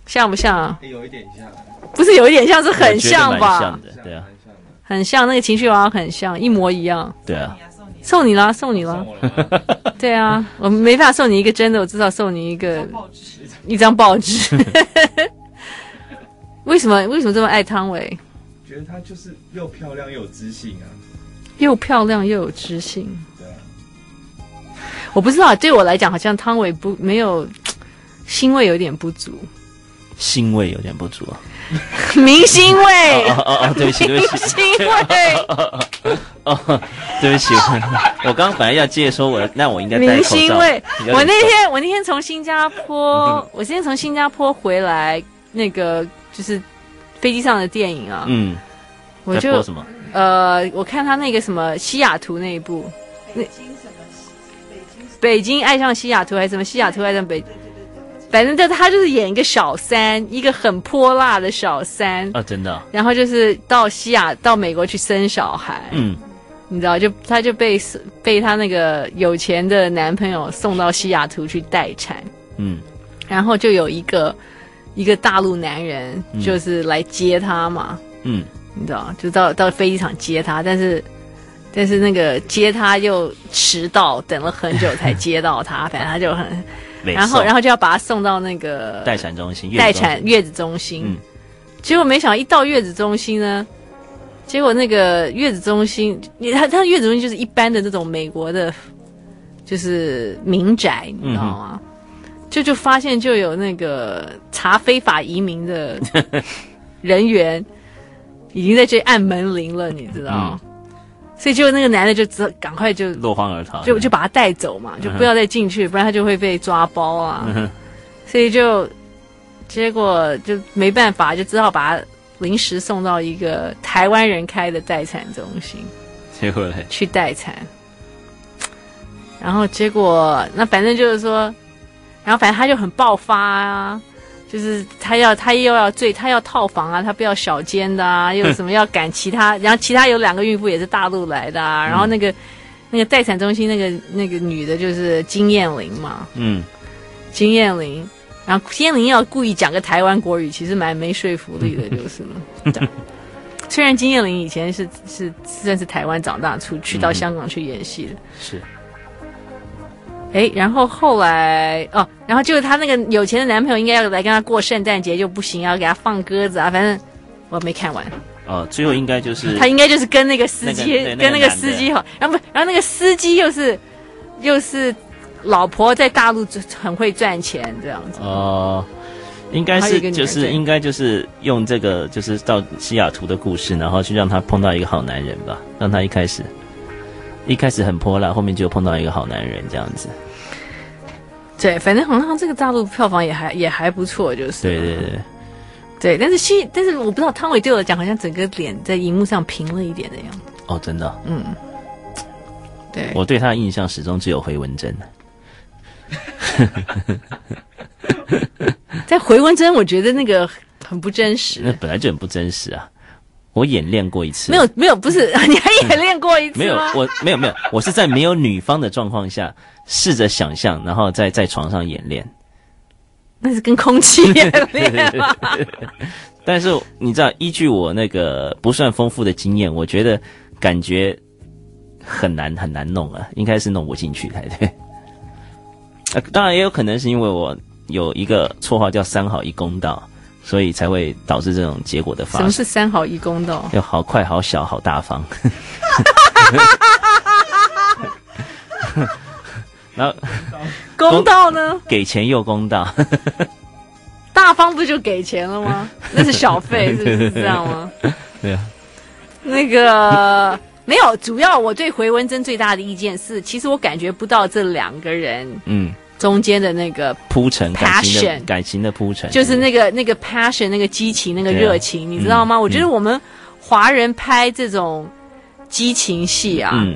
Speaker 5: 像不像啊？
Speaker 10: 哎有一点像，
Speaker 5: 不是有一点像，是
Speaker 6: 我
Speaker 5: 很
Speaker 6: 觉得
Speaker 5: 像
Speaker 6: 蛮
Speaker 5: 吧？
Speaker 6: 像的，对啊，
Speaker 10: 像的。
Speaker 5: 很像那个情绪娃娃，很像，一模一样。
Speaker 6: 对啊
Speaker 8: 你。啊，送你
Speaker 5: 送你啦，送你啦
Speaker 10: 送。我了吗？
Speaker 5: 对啊，我没法送你一个真的，我至少送你一个
Speaker 8: 报纸，
Speaker 5: 一张报纸。为什么为什么这么爱汤唯？
Speaker 10: 觉得她就是又漂亮又有知性啊，
Speaker 5: 又漂亮又有知性。
Speaker 10: 对啊，
Speaker 5: 我不知道，对我来讲，好像汤唯不没有腥味，有点不足，
Speaker 6: 腥味有点不足 啊！
Speaker 5: 明星味
Speaker 6: 哦，哦哦，对不起，对不
Speaker 5: 明
Speaker 6: 起，
Speaker 5: 星味，
Speaker 6: 哦，对不起，我刚刚本来要接着说我的，那我应该戴
Speaker 5: 明
Speaker 6: 口
Speaker 5: 星
Speaker 6: 罩。
Speaker 5: 味。
Speaker 6: 有点
Speaker 5: 我那天我那天从新加坡，我今天从新加坡回来，那个就是飞机上的电影啊，
Speaker 6: 嗯，
Speaker 5: 我
Speaker 6: 在播
Speaker 5: 就
Speaker 6: 什么？
Speaker 5: 呃，我看他那个什么西雅图那一部，
Speaker 8: 北京什么西？北京什么？
Speaker 5: 北京爱上西雅图还是什么西雅图爱上北，
Speaker 8: 对对对对，
Speaker 5: 反正就他就是演一个小三，一个很泼辣的小三。
Speaker 6: 啊，真的啊，
Speaker 5: 然后就是到西雅到美国去生小孩，
Speaker 6: 嗯，
Speaker 5: 你知道，就她就被被她那个有钱的男朋友送到西雅图去待产，
Speaker 6: 嗯，
Speaker 5: 然后就有一个一个大陆男人就是来接她嘛，
Speaker 6: 嗯，
Speaker 5: 你知道，就到到飞机场接他，但是但是那个接他又迟到，等了很久才接到他，反正他就很，
Speaker 6: 没
Speaker 5: 然后
Speaker 6: 送
Speaker 5: 然后就要把他送到那个
Speaker 6: 待产中心，月子
Speaker 5: 待
Speaker 6: 中心
Speaker 5: 产月子中心。
Speaker 6: 嗯
Speaker 5: 结果没想到一到月子中心呢，结果那个月子中心，你他他月子中心就是一般的那种美国的，就是民宅，你知道
Speaker 6: 嗯
Speaker 5: 吗？就就发现就有那个查非法移民的人员已经在这里按门铃了，你知道吗？
Speaker 6: 嗯
Speaker 5: 所以就那个男的就只赶快就
Speaker 6: 落荒而逃，
Speaker 5: 就就把他带走嘛，就不要再进去，不然他就会被抓包啊。
Speaker 6: 哼
Speaker 5: 所以就结果就没办法，就只好把他临时送到一个台湾人开的待产中心
Speaker 6: 结果嘞，
Speaker 5: 去待产。然后结果那反正就是说，然后反正他就很爆发啊。就是他要，他又要最，他要套房啊，他不要小间的啊，又有什么要赶其他，然后其他有两个孕妇也是大陆来的啊，然后那个、那个待产中心那个那个女的就是金燕玲嘛，
Speaker 6: 嗯，
Speaker 5: 金燕玲，然后金燕玲要故意讲个台湾国语，其实蛮没说服力的，就是 了。这样虽然金燕玲以前是是算是台湾长大，出去到
Speaker 6: 嗯
Speaker 5: 香港去演戏的，
Speaker 6: 是
Speaker 5: 哎，然后后来哦，然后就是她那个有钱的男朋友应该要来跟她过圣诞节就不行，要给她放鸽子啊，反正我没看完，
Speaker 6: 哦，最后应该就是
Speaker 5: 他应该就是跟那个司机，
Speaker 6: 那个对
Speaker 5: 跟那个
Speaker 6: 那个男的
Speaker 5: 司机好，然后不，然后那个司机又是又是老婆在大陆很会赚钱这样子，
Speaker 6: 哦。应该
Speaker 5: 还有一个女儿
Speaker 6: 是就是
Speaker 5: 对
Speaker 6: 应该就是用这个就是到西雅图的故事，然后去让他碰到一个好男人吧，让他一开始一开始很泼辣，后面就碰到一个好男人这样子。
Speaker 5: 对，反正好像这个大陆票房也还也还不错，就是
Speaker 6: 对对对，
Speaker 5: 对，但是西，但是我不知道汤唯对我来讲，好像整个脸在荧幕上平了一点的样子，
Speaker 6: 哦，真的，
Speaker 5: 嗯，对，
Speaker 6: 我对他的印象始终只有回文针。
Speaker 5: 在回文针，我觉得那个很不真
Speaker 6: 那
Speaker 5: 实，
Speaker 6: 本来就很不真实啊！我演练过一次，
Speaker 5: 没有啊没有，不是， 你还演练过一次吗？
Speaker 6: 嗯没有，我没有没有，我是在没有女方的状况下，试着想象，然后在在床上演练。
Speaker 5: 那是跟空气 演练吗？
Speaker 6: 但是你知道，依据我那个不算丰富的经验，我觉得感觉很难很难弄啊，应该是弄不进去才对。 啊，当然也有可能是因为我有一个绰号叫“三好一公道”，所以才会导致这种结果的发
Speaker 5: 什么
Speaker 6: 生。
Speaker 5: 是三好一公道？
Speaker 6: 又好快、好小、好大方。 然后
Speaker 5: 公道呢？
Speaker 6: 给钱又公道，
Speaker 5: 大方不就给钱了 吗？那是小费，是不是这样吗？
Speaker 6: 对啊，
Speaker 5: 那个 没有，主要我对回文针最大的意见是，其实我感觉不到这两个人
Speaker 6: 嗯，
Speaker 5: 中间的那个，
Speaker 6: 铺陈感情
Speaker 5: Passion
Speaker 6: 的感情的铺陈，
Speaker 5: 就是那个那个 passion，那个激情，那个
Speaker 6: 对啊
Speaker 5: 热情，你知道吗？
Speaker 6: 嗯
Speaker 5: 我觉得我们华人拍这种激情戏啊，
Speaker 6: 嗯，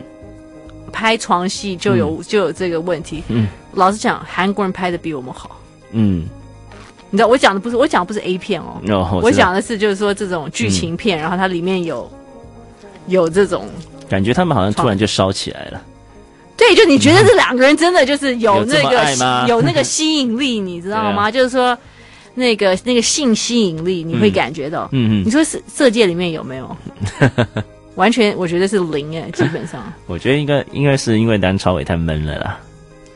Speaker 5: 拍床戏就有、就有这个问题。
Speaker 6: 嗯
Speaker 5: 老实讲，韩国人拍的比我们好。
Speaker 6: 嗯
Speaker 5: 你知道我讲的不是我讲的不是 A 片哦，
Speaker 6: 嗯，哦，
Speaker 5: 我
Speaker 6: 知道嗯
Speaker 5: 讲的是就是说这种剧情片，然后它里面有有这种，
Speaker 6: 感觉他们好像突然就烧起来了，
Speaker 5: 对，就你觉得这两个人真的就是有
Speaker 6: 有这
Speaker 5: 那
Speaker 6: 么爱吗啊
Speaker 5: 个有 那个吸引力，你知道吗？就是说那个那个性吸引力，你会
Speaker 6: 嗯
Speaker 5: 感觉到。
Speaker 6: 嗯
Speaker 5: 你
Speaker 6: 嗯，
Speaker 5: 说色色戒里面有没 有？完全我觉得是零哎，基本上
Speaker 6: 我觉得应该应该是因为梁朝伟太闷了啦，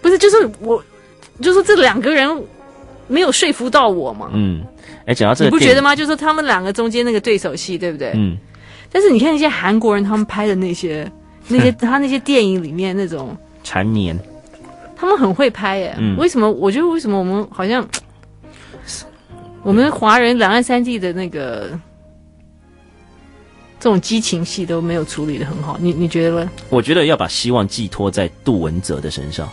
Speaker 5: 不是，就是我就说这两个人没有说服到我嘛。
Speaker 6: 嗯，哎，讲到这
Speaker 5: 你
Speaker 6: 个，
Speaker 5: 不觉得？吗？就是说他们两个中间那个对手戏，对不对？
Speaker 6: 嗯，
Speaker 5: 但是你看那些韩国人他们拍的那 些那些他那些电影里面那种，
Speaker 6: 缠绵，
Speaker 5: 他们很会拍耶。
Speaker 6: 嗯
Speaker 5: 为什么？我觉得为什么我们好 像我们华人两岸三地的那个这种激情戏都没有处理的很好，你你觉 得呢？
Speaker 6: 我觉得要把希望寄托在杜文泽的身上，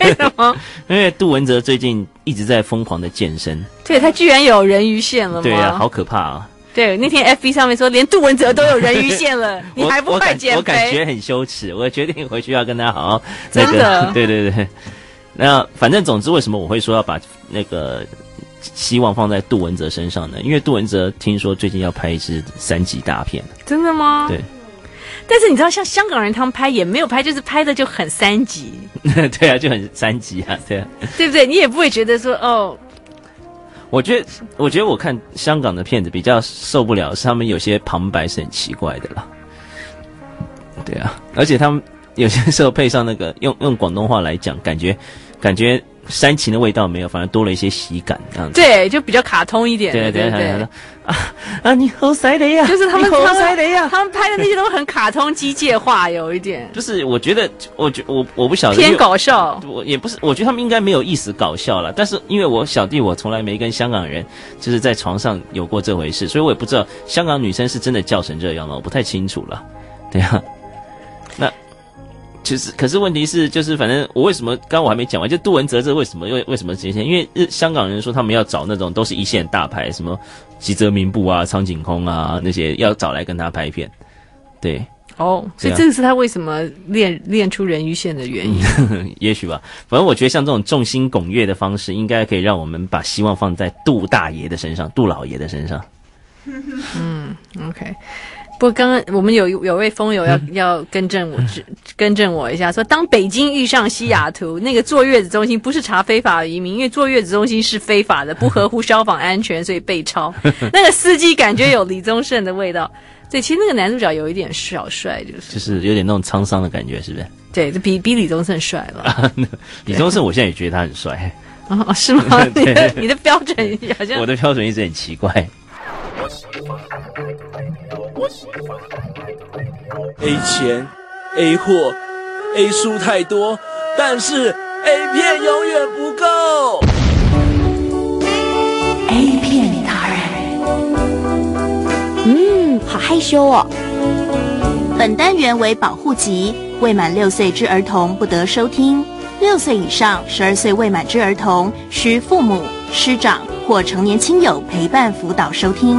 Speaker 5: 为什么？
Speaker 6: 因为杜文泽最近一直在疯狂的健身，
Speaker 5: 对他居然有人鱼线了吗？
Speaker 6: 对啊，好可怕啊！
Speaker 5: 对那天 FB 上面说连杜文泽都有人鱼线了，你
Speaker 6: 我
Speaker 5: 还不
Speaker 6: 我
Speaker 5: 快
Speaker 6: 感
Speaker 5: 减肥？
Speaker 6: 我感觉很羞耻，我决定回去要跟他好好那
Speaker 5: 真
Speaker 6: 个。
Speaker 5: 的
Speaker 6: 对对对。那反正总之，为什么我会说要把那个希望放在杜文泽身上呢？因为杜文泽听说最近要拍一支三级大片，
Speaker 5: 真的吗？
Speaker 6: 对。
Speaker 5: 但是你知道，像香港人他们拍也没有拍，就是拍的就很三级，
Speaker 6: 对啊，就很三级啊，对啊。
Speaker 5: 对不对？你也不会觉得说哦，
Speaker 6: 我觉得，我觉得我看香港的片子比较受不了，是他们有些旁白是很奇怪的啦。对啊，而且他们有些时候配上那个用用广东话来讲，感觉感觉煽情的味道没有，反而多了一些喜感这样子。
Speaker 5: 对，就比较卡通一点
Speaker 6: 对
Speaker 5: 的，
Speaker 6: 对
Speaker 5: 对
Speaker 6: 对
Speaker 5: 对
Speaker 6: 啊。啊！你好塞雷呀！
Speaker 5: 就是他们
Speaker 6: 你好
Speaker 5: 他
Speaker 6: 塞
Speaker 5: 们
Speaker 6: 雷呀！
Speaker 5: 他们拍的那些都很卡通机械化，有一点
Speaker 6: 就是我觉得，我觉我我不晓得啊因
Speaker 5: 偏
Speaker 6: 为
Speaker 5: 搞笑。
Speaker 6: 我也不是，我觉得他们应该没有意思搞笑了。但是因为我小弟我从来没跟香港人就是在床上有过这回事，所以我也不知道香港女生是真的叫成这样吗？我不太清楚了。对啊，那其实可是问题是，就是反正我为什么刚刚我还没讲完，就杜文泽这为什么为为什么这些？因为日香港人说他们要找那种都是一线大牌，什么吉泽明步啊、苍井空啊那些，要找来跟他拍片。对，
Speaker 5: 哦，所
Speaker 6: 对
Speaker 5: 以
Speaker 6: 啊
Speaker 5: 这个是他为什么练练出人鱼线的原因。
Speaker 6: 也许吧，反正我觉得像这种众星拱月的方式，应该可以让我们把希望放在杜大爷的身上、杜老爷的身上。
Speaker 5: OK。不过刚刚我们有有位风友要、要更正我指更正我一下，说当北京遇上西雅图，那个坐月子中心不是查非法移民，因为坐月子中心是非法的，不合乎消防安全，所以被抄。那个司机感觉有李宗盛的味道。对，其实那个男主角有一点小帅，就是
Speaker 6: 就是有点那种沧桑的感觉，是不是？
Speaker 5: 对，比比李宗盛帅了。
Speaker 6: 李宗盛，我现在也觉得他很帅，
Speaker 5: 哦，是吗？你的
Speaker 6: 对
Speaker 5: 你的标准好像
Speaker 6: 我的标准一直很奇怪。
Speaker 3: A 钱、A 货、A 书太多，但是 A 片永远不够。
Speaker 4: ，A 片达人。嗯，好害羞哦。
Speaker 2: 本单元为保护级，未满六岁之儿童不得收听。六岁以上、十二岁未满之儿童，需父母、师长或成年亲友陪伴辅导收听。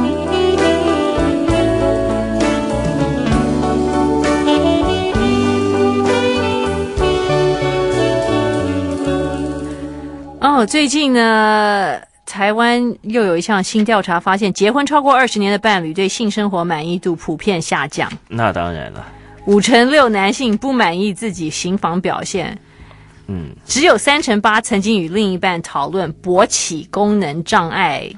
Speaker 5: 哦，最近呢，台湾又有一项新调查发现，结婚超过二十年的伴侣对性生活满意度普遍下降，
Speaker 6: 那当然了，
Speaker 5: 五成六男性不满意自己行房表现，
Speaker 6: 嗯，
Speaker 5: 只有三成八曾经与另一半讨论勃起功能障碍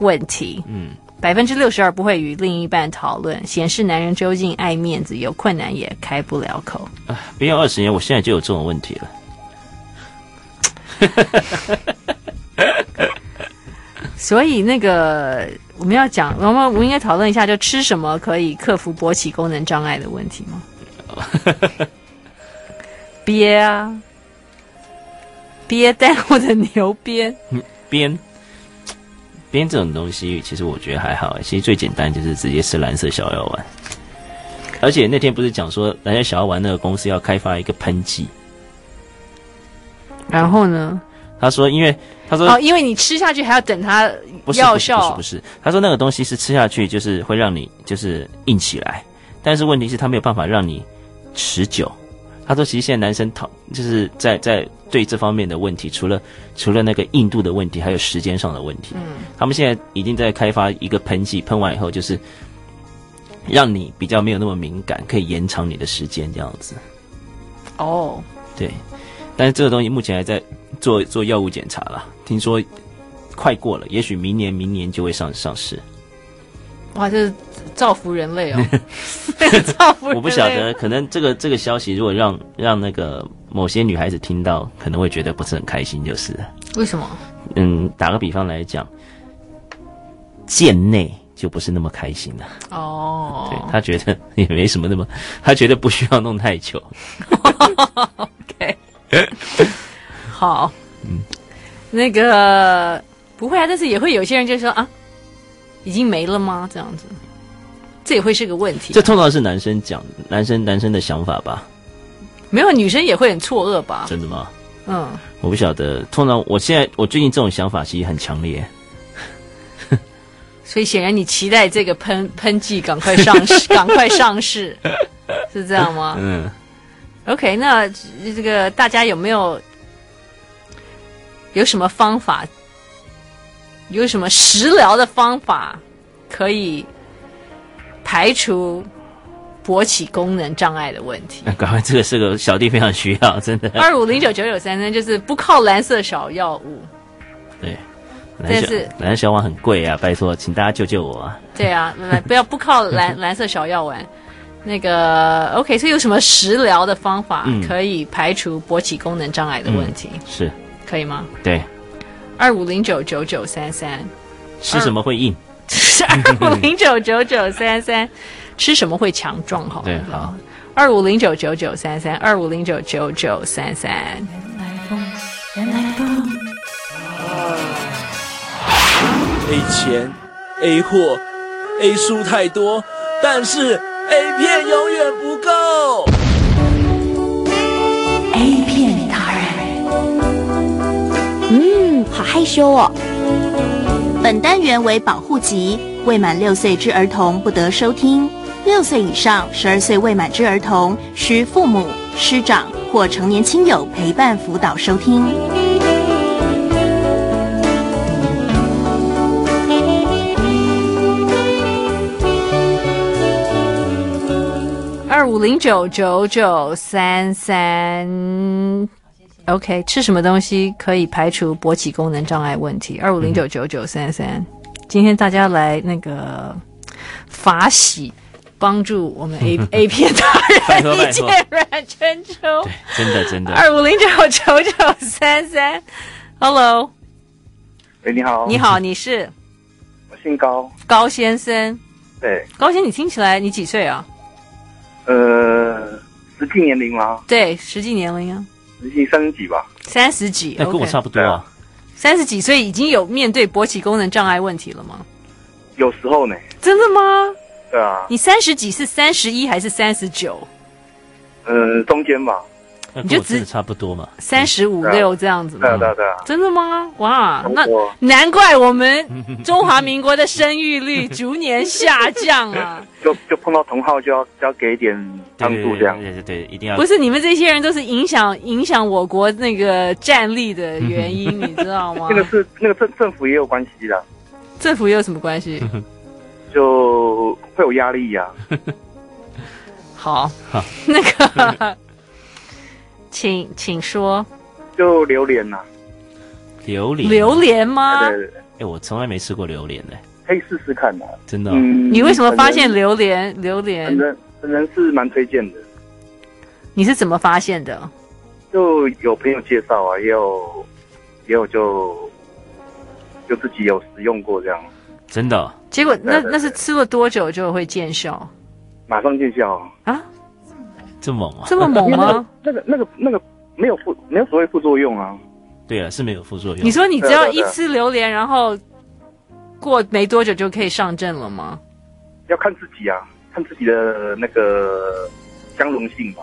Speaker 5: 问题，嗯。百分之六十二不会与另一半讨论，显示男人究竟爱面子，有困难也开不了口。
Speaker 6: 不要二十年，我现在就有这种问题了。
Speaker 5: 所以那个我们要讲，我们我们应该讨论一下，就吃什么可以克服勃起功能障碍的问题吗？ 鳖啊，鳖蛋或者牛鞭，
Speaker 6: 编编这种东西，其实我觉得还好。其实最简单就是直接吃蓝色小药丸。而且那天不是讲说蓝色小药丸那个公司要开发一个喷剂，
Speaker 5: 然后呢？
Speaker 6: 他说因为他说
Speaker 5: 哦，因为你吃下去还要等它
Speaker 6: 不是
Speaker 5: 药
Speaker 6: 不是不
Speaker 5: 效
Speaker 6: 是不，是，他说那个东西是吃下去就是会让你就是硬起来，但是问题是它没有办法让你持久。他说其实现在男生讨就是在在对这方面的问题，除了除了那个硬度的问题，还有时间上的问题。嗯，他们现在已经在开发一个喷剂，喷完以后就是让你比较没有那么敏感，可以延长你的时间这样子。
Speaker 5: 哦，
Speaker 6: 对，但是这个东西目前还在做做药物检查啦，听说快过了，也许明年明年就会上上市。
Speaker 5: 哇，这是造福人类 哦， 造福人类。
Speaker 6: 我不晓得，可能这个这个消息如果让让那个某些女孩子听到，可能会觉得不是很开心，就是了
Speaker 5: 为什么
Speaker 6: 嗯，打个比方来讲，贱内就不是那么开心了、
Speaker 5: 哦，
Speaker 6: 对她觉得也没什么那么，她觉得不需要弄太久。
Speaker 5: OK，好，嗯，那个不会啊，但是也会有些人就说啊，已经没了吗？这样子，这也会是个问题
Speaker 6: 这。通常是男生讲男生男生的想法吧？
Speaker 5: 没有女生也会很错愕吧？
Speaker 6: 真的吗？
Speaker 5: 嗯，
Speaker 6: 我不晓得，通常我现在我最近这种想法其实很强烈。
Speaker 5: 所以显然你期待这个喷喷剂赶快上市，赶快上市，是这样吗
Speaker 6: 嗯，
Speaker 5: ？OK，那这个大家有没有有什么方法？有什么食疗的方法可以排除勃起功能障碍的问题？
Speaker 6: 那嗯赶快，这个是个小弟非常需
Speaker 5: 啊
Speaker 6: 要，真的。
Speaker 5: 二五零九九九三三就是不靠蓝色小药物，
Speaker 6: 对，蓝
Speaker 5: 这
Speaker 6: 小
Speaker 5: 是
Speaker 6: 蓝小碗很贵啊，拜托，请大家救救我啊！
Speaker 5: 对啊，不不要不靠蓝蓝色小药丸。那个 OK，所以有什么食疗的方法
Speaker 6: 嗯
Speaker 5: 可以排除勃起功能障碍的问题？
Speaker 6: 是
Speaker 5: 可以吗？
Speaker 6: 对，
Speaker 5: 二五零九九九三三，
Speaker 6: 吃什么会硬？
Speaker 5: 二五零九九九三三，吃什么会强壮？好了，
Speaker 6: 对，好，
Speaker 5: 二五零九九九三三，二五零九九九三三。
Speaker 3: A 钱、A 货、A 书太多，但是 A 片永远不够。
Speaker 11: ，A 片达人。嗯，好害羞哦。
Speaker 2: 本单元为保护级，未满六岁之儿童不得收听。六岁以上、十二岁未满之儿童，需父母、师长或成年亲友陪伴辅导收听。
Speaker 5: 二五零九九九三三。OK，吃什么东西可以排除勃起功能障碍问题？二五零九九九三三。今天大家来那个法喜，帮助我们 A A 片达
Speaker 6: 拜托
Speaker 5: 人一
Speaker 6: 拜
Speaker 5: 介
Speaker 6: 托
Speaker 5: 软春秋。
Speaker 6: 真的真 的。
Speaker 5: 二五零九九九三三，Hello，
Speaker 12: 喂，哎你好，
Speaker 5: 你好，你是
Speaker 12: 我姓高，
Speaker 5: 高先生。
Speaker 12: 对，
Speaker 5: 高先生，你听起来你几岁啊？
Speaker 12: 呃，实际年龄吗？
Speaker 5: 对，实际年龄啊，
Speaker 12: 实际三十几吧，
Speaker 5: 三十几。
Speaker 6: 那跟我
Speaker 5: OK
Speaker 6: 差不多啊，
Speaker 5: 三十几岁已经有面对勃起功能障碍问题了吗？
Speaker 12: 有时候呢，
Speaker 5: 真的吗？
Speaker 12: 对啊，
Speaker 5: 你三十几是三十一还是三十九？
Speaker 12: 呃，中间吧，
Speaker 6: 那
Speaker 5: 你就
Speaker 6: 跟我真
Speaker 5: 只
Speaker 6: 的差不多嘛。
Speaker 5: 三十五
Speaker 12: 对啊
Speaker 5: 六这样子
Speaker 12: 对啊，
Speaker 5: 吗？
Speaker 12: 对啊，对啊，
Speaker 5: 真的吗？哇，那
Speaker 12: 我
Speaker 5: 难怪我们中华民国的生育率逐年下降啊！
Speaker 12: 就就碰到同号就要就要给一点帮
Speaker 6: 对
Speaker 12: 助
Speaker 6: 对
Speaker 12: 这样，
Speaker 6: 嗯对对对，一定 要
Speaker 5: 不是你们这些人都是影响影响我国那个战力的原因，你知道吗
Speaker 12: 那？个是那个政政府也有关系的，
Speaker 5: 政府有什么关系？
Speaker 12: 就会有压力啊呀、
Speaker 5: 好，那个，请请说
Speaker 12: 就榴莲呐、
Speaker 6: 榴莲。啊
Speaker 5: 榴莲吗？
Speaker 12: 对对对，
Speaker 6: 哎，我从来没吃过榴莲呢，
Speaker 12: 可以试试看的、
Speaker 6: 真的哦。
Speaker 12: 嗯，
Speaker 5: 你为什么发现
Speaker 12: 榴？
Speaker 5: 榴莲？榴
Speaker 12: 本
Speaker 5: 莲，
Speaker 12: 人本人是蛮推荐的，
Speaker 5: 你是怎么发现的？
Speaker 12: 就有朋友介绍啊，也有也有就就自己有使用过这样，
Speaker 6: 真的哦，
Speaker 5: 结果那
Speaker 12: 对对对
Speaker 5: 那是吃了多久就会见效
Speaker 12: 马上见效啊。
Speaker 5: 啊？
Speaker 6: 这么猛啊！
Speaker 5: 这么猛吗？
Speaker 12: 那个、那个、那个没有副没有所谓副作用啊，
Speaker 6: 对了，是没有副作用。
Speaker 5: 你说你只
Speaker 12: 对
Speaker 5: 要
Speaker 12: 对
Speaker 5: 一
Speaker 12: 对
Speaker 5: 吃榴莲，然后过没多久就可以上阵了吗？
Speaker 12: 要看自己啊，看自己的那个相容性吧。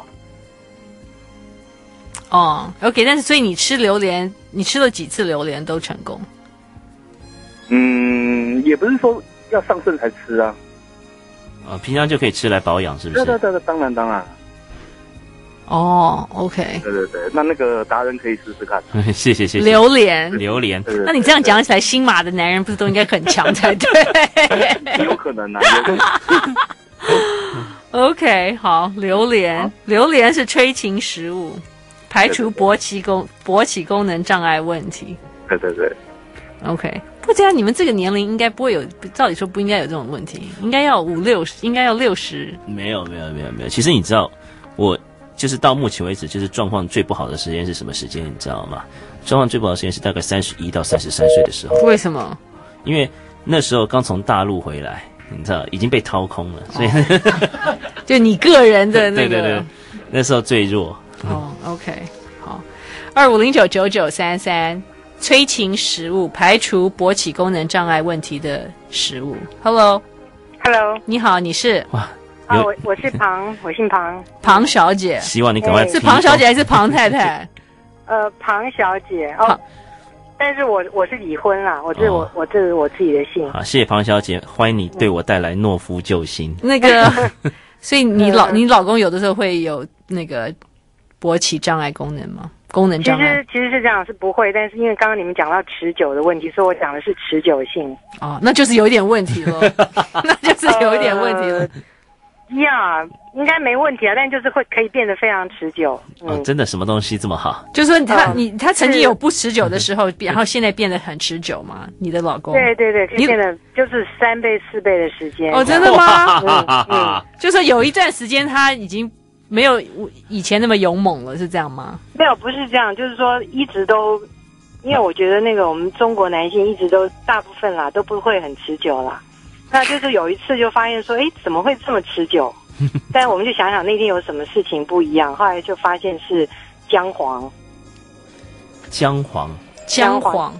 Speaker 5: 哦，OK，但是所以你吃榴莲，你吃了几次榴莲都成功？
Speaker 12: 嗯，也不是说要上阵才吃啊。
Speaker 6: 啊，平常就可以吃来保养，是不
Speaker 12: 对对
Speaker 6: 是？
Speaker 12: 对对，当然当然，
Speaker 5: 哦，OK，
Speaker 12: 对对对，那那个达人可以试试看。
Speaker 6: 谢谢谢谢。
Speaker 5: 榴莲。
Speaker 6: 榴莲，
Speaker 12: 对对
Speaker 5: 那你这样讲起来，新马的男人不是都应该很强才 对
Speaker 12: 对 有可 能啊，有可能
Speaker 5: ？OK，好，榴莲，榴莲是催情食物，排除
Speaker 12: 对对对
Speaker 5: 勃起功勃起功能障碍问题。
Speaker 12: 对对对，
Speaker 5: OK，不这样你们这个年龄应该不会有，照理说不应该有这种问题，应该要五六十，应该要六十。
Speaker 6: 没有没有没有没有。其实你知道，我就是到目前为止，就是状况最不好的时间是什么时间？你知道吗？状况最不好的时间是大概三十一到三十三岁的时候，
Speaker 5: 为什么？
Speaker 6: 因为那时候刚从大陆回来，你知道已经被掏空了，所以、
Speaker 5: 就你个人的那
Speaker 6: 对
Speaker 5: 个。
Speaker 6: 对对，那时候最弱。
Speaker 5: 哦，OK，好，二五零九九九三三，催情食物，排除勃起功能障碍问题的食物。Hello，
Speaker 7: Hello，
Speaker 5: 你好，你是
Speaker 6: 哇！
Speaker 7: 啊，
Speaker 6: 有
Speaker 7: 我我是庞，我姓庞，
Speaker 5: 庞小姐，
Speaker 6: 希望你赶快
Speaker 5: 是庞小姐还是庞太太？
Speaker 7: 呃，庞小姐哦
Speaker 5: 好。
Speaker 7: 但是我我是已婚啦，我这我、
Speaker 6: 哦
Speaker 7: 我这是我自己的姓，
Speaker 6: 好，谢谢庞小姐，欢迎你对我带来懦夫救星。
Speaker 5: 那 个，所以你
Speaker 7: 嗯
Speaker 5: 老你老公有的时候会有那个勃起障碍功能吗？功能
Speaker 7: 其
Speaker 5: 障碍
Speaker 7: 实其实是这样，是不会，但是因为刚刚你们讲到持久的问题，所以我讲的是持久性，
Speaker 5: 哦，那就是有一点问题了，那就是有一点问题了
Speaker 7: 呃。呀应该没问题啊，但就是会可以变得非常持久。
Speaker 6: 哦，真的什么东西这么好？
Speaker 5: 就说他、
Speaker 7: 嗯
Speaker 5: 你他曾经有不持久的时候，然后现在变得很持久嘛？你的老公
Speaker 7: 对对对，可以
Speaker 5: 你
Speaker 7: 变得就是三倍四倍的时 间。
Speaker 5: 哦，真的吗？
Speaker 6: 哇嗯
Speaker 5: 就说有一段时间他已经没有以前那么勇猛了，是这样吗？
Speaker 7: 没有，不是这样，就是说一直都，因为我觉得那个我们中国男性一直都大部分啦都不会很持久啦。那就是有一次就发现说，哎，怎么会这么持久？但我们就想想那天有什么事情不一样，后来就发现是姜黄。
Speaker 6: 姜黄
Speaker 5: 姜黄，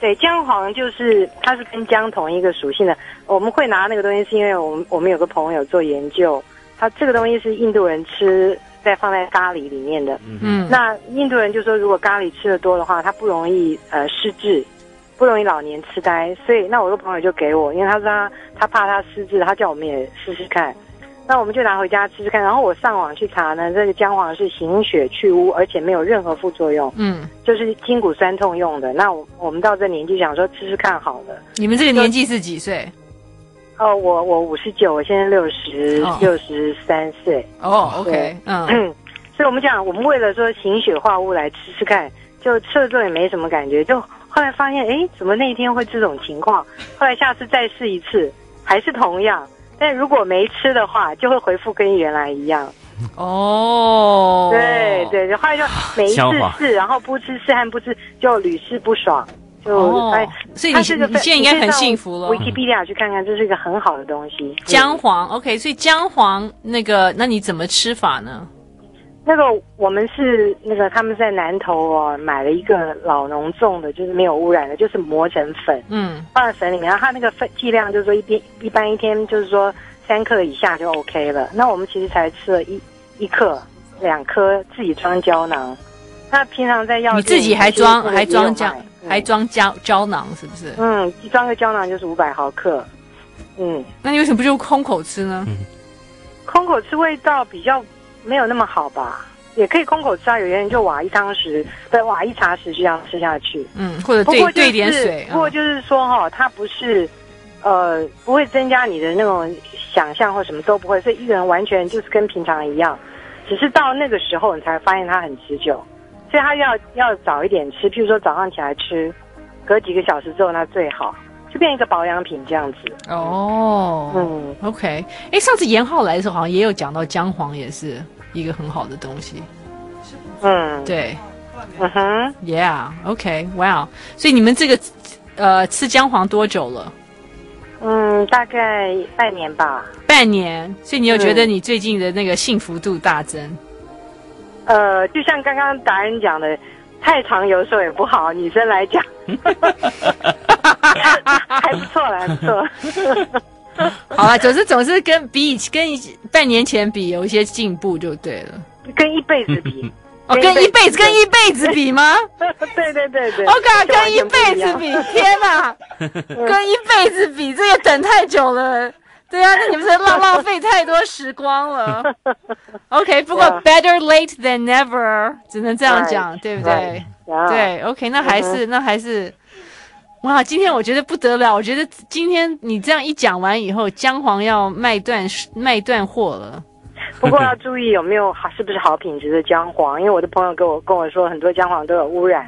Speaker 7: 对，姜黄就是它是跟姜同一个属性的。我们会拿那个东西，是因为我们我们有个朋友做研究，他这个东西是印度人吃，再放在咖喱里面的。
Speaker 5: 嗯
Speaker 7: 那印度人就说，如果咖喱吃的多的话，他不容易呃失智，不容易老年痴呆。所以，那我有个朋友就给我，因为他说他他怕他失智，他叫我们也试试看。那我们就拿回家吃吃看，然后我上网去查呢，这个姜黄是行血去污，而且没有任何副作用。
Speaker 5: 嗯，
Speaker 7: 就是筋骨酸痛用的。那我我们到这年纪想说吃吃看好了。
Speaker 5: 你们这个年纪是几岁？
Speaker 7: 哦，我我五十九，我现在六十
Speaker 5: 哦
Speaker 7: 六十三岁。
Speaker 5: 哦，OK，
Speaker 7: 对
Speaker 5: 嗯
Speaker 7: 所以我们讲，我们为了说行血化物来吃吃看，就吃了之后也没什么感觉，就后来发现，哎，怎么那一天会这种情况？后来下次再试一次，还是同样。但如果没吃的话，就会回复跟原来一样。
Speaker 5: 哦，
Speaker 7: 对对，然后就每一次
Speaker 5: 消化
Speaker 7: 试，然后不吃试和不吃就屡试不爽，就、
Speaker 5: 哦
Speaker 7: 哎，
Speaker 5: 所以
Speaker 7: 它
Speaker 5: 你
Speaker 7: 是个
Speaker 5: 你
Speaker 7: 非
Speaker 5: 现在应该很幸福了
Speaker 7: 维基 pedia 去看看，这是一个很好的东西。
Speaker 5: 姜黄，OK，所以姜黄那个，那你怎么吃法呢？
Speaker 7: 那个我们是那个他们在南头哦买了一个老农种的，就是没有污染的，就是磨成粉，
Speaker 5: 嗯，
Speaker 7: 放在粉里面，然后它那个分剂量就是说一边一般一天就是说三克以下就 OK 了。那我们其实才吃了一一克两颗，自己装胶囊。那平常在药
Speaker 5: 你
Speaker 7: 店
Speaker 5: 自己还
Speaker 7: 其实
Speaker 5: 装
Speaker 7: 也有
Speaker 5: 还装胶
Speaker 7: 卖，
Speaker 5: 还装胶胶囊是不是？
Speaker 7: 嗯，装个胶囊就是五百毫克，嗯，
Speaker 5: 那你为什么不就空口吃呢？
Speaker 7: 空口吃味道比较没有那么好吧，也可以空口吃啊。有些人就挖一汤匙，不挖一茶匙就这样吃下去。
Speaker 5: 嗯，或者
Speaker 7: 不
Speaker 5: 兑
Speaker 7: 过就是
Speaker 5: 兑点水，嗯
Speaker 7: 不过就是说哈、它不是呃不会增加你的那种想象或什么都不会，所以一个人完全就是跟平常一样，只是到那个时候你才发现它很持久，所以它要要早一点吃，譬如说早上起来吃，隔几个小时之后那最好，就变一个保养品这样子。
Speaker 5: 哦，
Speaker 7: 嗯
Speaker 5: ，OK，哎，上次严浩来的时候好像也有讲到姜黄也是一个很好的东西，
Speaker 7: 嗯，
Speaker 5: 对
Speaker 7: 嗯哼，
Speaker 5: ，Yeah，OK，Wow，、所以你们这个呃吃姜黄多久了？
Speaker 7: 嗯，大概半年吧。
Speaker 5: 半年，所以你有觉得
Speaker 7: 嗯
Speaker 5: 你最近的那个幸福度大增？
Speaker 7: 呃，就像刚刚达人讲的，太长有时候也不好，女生来讲， 还不错啦，还不错。
Speaker 5: 好了，总之总是跟比以跟以半年前比有一些进步就对了。
Speaker 7: 跟一辈子 比，
Speaker 5: 哦，跟一辈子跟一辈子比吗？
Speaker 7: 对对对对，
Speaker 5: 我靠，
Speaker 7: 就完
Speaker 5: 跟一
Speaker 7: 全不
Speaker 5: 辈
Speaker 7: 一
Speaker 5: 子
Speaker 7: 样
Speaker 5: 比，天哪，跟一辈子比，这个等太久了。对啊，那你们是浪浪费太多时光了。OK，不过
Speaker 7: 对啊
Speaker 5: better late than never，只能这样讲，
Speaker 7: Right，啊嗯
Speaker 5: 对不对？
Speaker 7: right，yeah
Speaker 5: 对，OK，那还是那还是。哇，今天我觉得不得了，我觉得今天你这样一讲完以后，姜黄要卖断卖断货了。
Speaker 7: 不过要注意有没有好，是不是好品质的姜黄，因为我的朋友跟我跟我说，很多姜黄都有污染，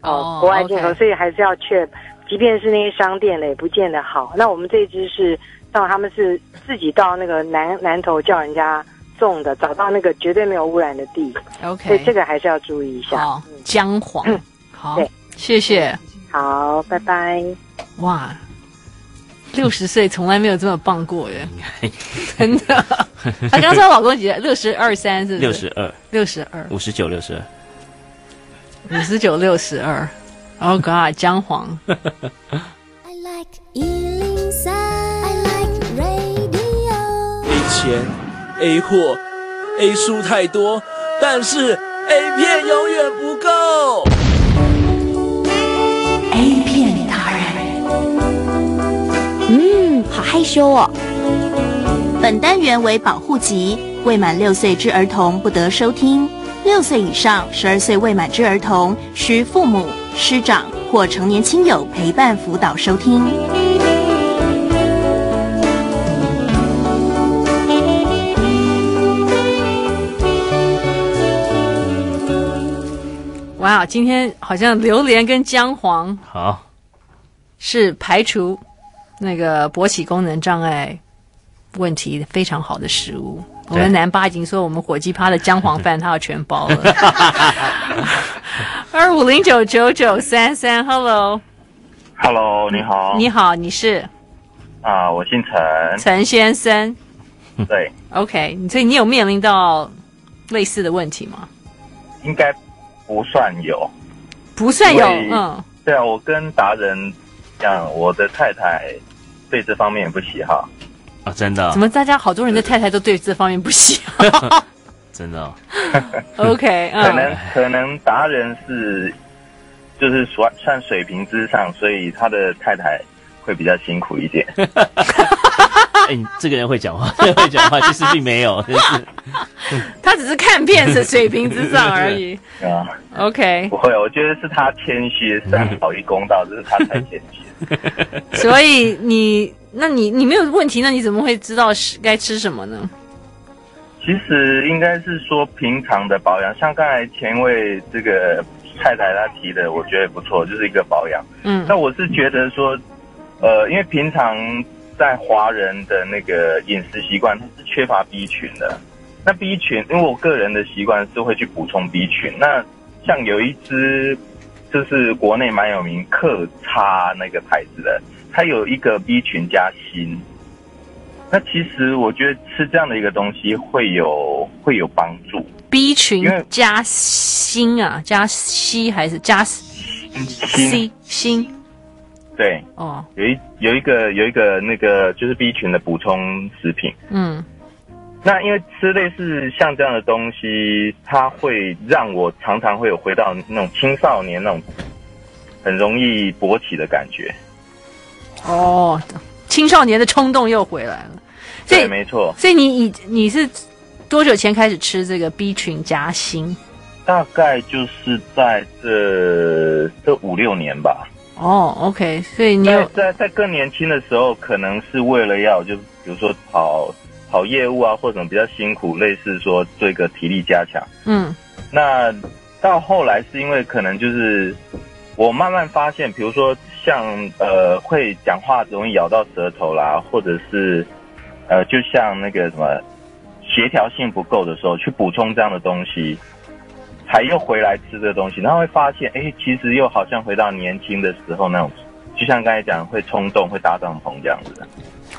Speaker 7: 呃
Speaker 5: 哦
Speaker 7: 国外进口，
Speaker 5: OK
Speaker 7: 所以还是要确，即便是那些商店的也不见得好。那我们这一支是，像他们是自己到那个南南头叫人家种的，找到那个绝对没有污染的地，所
Speaker 5: OK，
Speaker 7: 以这哦个还是要注意一下。
Speaker 5: 好，姜黄，好
Speaker 7: 对，
Speaker 5: 谢谢。
Speaker 7: 好，拜拜。
Speaker 5: 哇，六十岁从来没有这么棒过 耶，真的。她刚说她老公几岁？六十二三是？
Speaker 6: 六十。二，
Speaker 5: 六十二，
Speaker 6: 五十九，六十二。
Speaker 5: 五十九，六十二。Oh God，姜黄。
Speaker 9: I like Ealing Sound. I like radio.
Speaker 3: A 钱、A 货、A 书太多，但是 A 片永远不够。
Speaker 4: A 片达人，嗯，好害羞哦。
Speaker 2: 本单元为保护级，未满六岁之儿童不得收听。六岁以上、十二岁未满之儿童，需父母、师长或成年亲友陪伴辅导收听。
Speaker 9: Thank you.
Speaker 5: 哇，今天好像榴莲跟姜黄
Speaker 6: 好，
Speaker 5: 是排除那个勃起功能障碍问题非常好的食物。我
Speaker 6: 对
Speaker 5: 们南巴已经说我们火鸡趴的姜黄饭它要全包 了。二五零九九九三三，Hello，
Speaker 12: Hello，你好。
Speaker 5: 你好，你是
Speaker 12: 啊，我姓陈。
Speaker 5: 陈先生
Speaker 12: 对，
Speaker 5: ，OK，所以你有面临到类似的问题吗？
Speaker 12: 应该不算有。
Speaker 5: 不算有，
Speaker 12: 因为
Speaker 5: 嗯，
Speaker 12: 对啊，我跟达人一样，我的太太对这方面也不喜好。
Speaker 6: 啊，真的、
Speaker 5: 怎么大家好多人的太太都对这方面不喜欢
Speaker 6: 真的、哦，
Speaker 5: ？OK，
Speaker 12: 可
Speaker 5: 嗯
Speaker 12: 能可能达人是就是算算水平之上，所以他的太太会比较辛苦一点。
Speaker 6: 哎、你这个人会讲话， 会讲话，其实并没有， 真是
Speaker 5: 他只是看片是水平之上而已。
Speaker 12: 啊，
Speaker 5: OK，
Speaker 12: 不会，我觉得是他谦虚，上好一公道，这是他太谦虚。
Speaker 5: 所以你，那你你没有问题，那你怎么会知道是该吃什么呢？
Speaker 12: 其实应该是说平常的保养，像刚才前位这个太太她提的，我觉得也不错，就是一个保养。
Speaker 5: 嗯
Speaker 12: 那我是觉得说，呃，因为平常在华人的那个饮食习惯它是缺乏 B 群的。那 B 群，因为我个人的习惯是会去补充 B 群。那像有一支就是国内蛮有名克叉那个牌子的，它有一个 B 群加锌。那其实我觉得吃这样的一个东西会有会有帮助，
Speaker 5: B 群加锌啊，加硒还是加 C 锌？
Speaker 12: 对，
Speaker 5: 哦，
Speaker 12: 有一有一个有一个那个就是 B 群的补充食品。
Speaker 5: 嗯
Speaker 12: 那因为吃类似像这样的东西，它会让我常常会有回到那种青少年那种很容易勃起的感觉。
Speaker 5: 哦，青少年的冲动又回来了。所以
Speaker 12: 对，没错，
Speaker 5: 所以你你你是多久前开始吃这个 B 群加锌？
Speaker 12: 大概就是在这这五六年吧。
Speaker 5: 哦，OK，所以你
Speaker 12: 在
Speaker 5: 有
Speaker 12: 在在更年轻的时候，可能是为了要就比如说跑跑业务啊，或者什么比较辛苦，类似说做一个体力加强。
Speaker 5: 嗯
Speaker 12: 那到后来是因为可能就是我慢慢发现，比如说像呃会讲话容易咬到舌头啦，或者是呃就像那个什么协调性不够的时候，去补充这样的东西，才又回来吃这个东西，然后会发现哎、诶其实又好像回到年轻的时候那种，就像刚才讲会冲动会搭帐篷这样子的。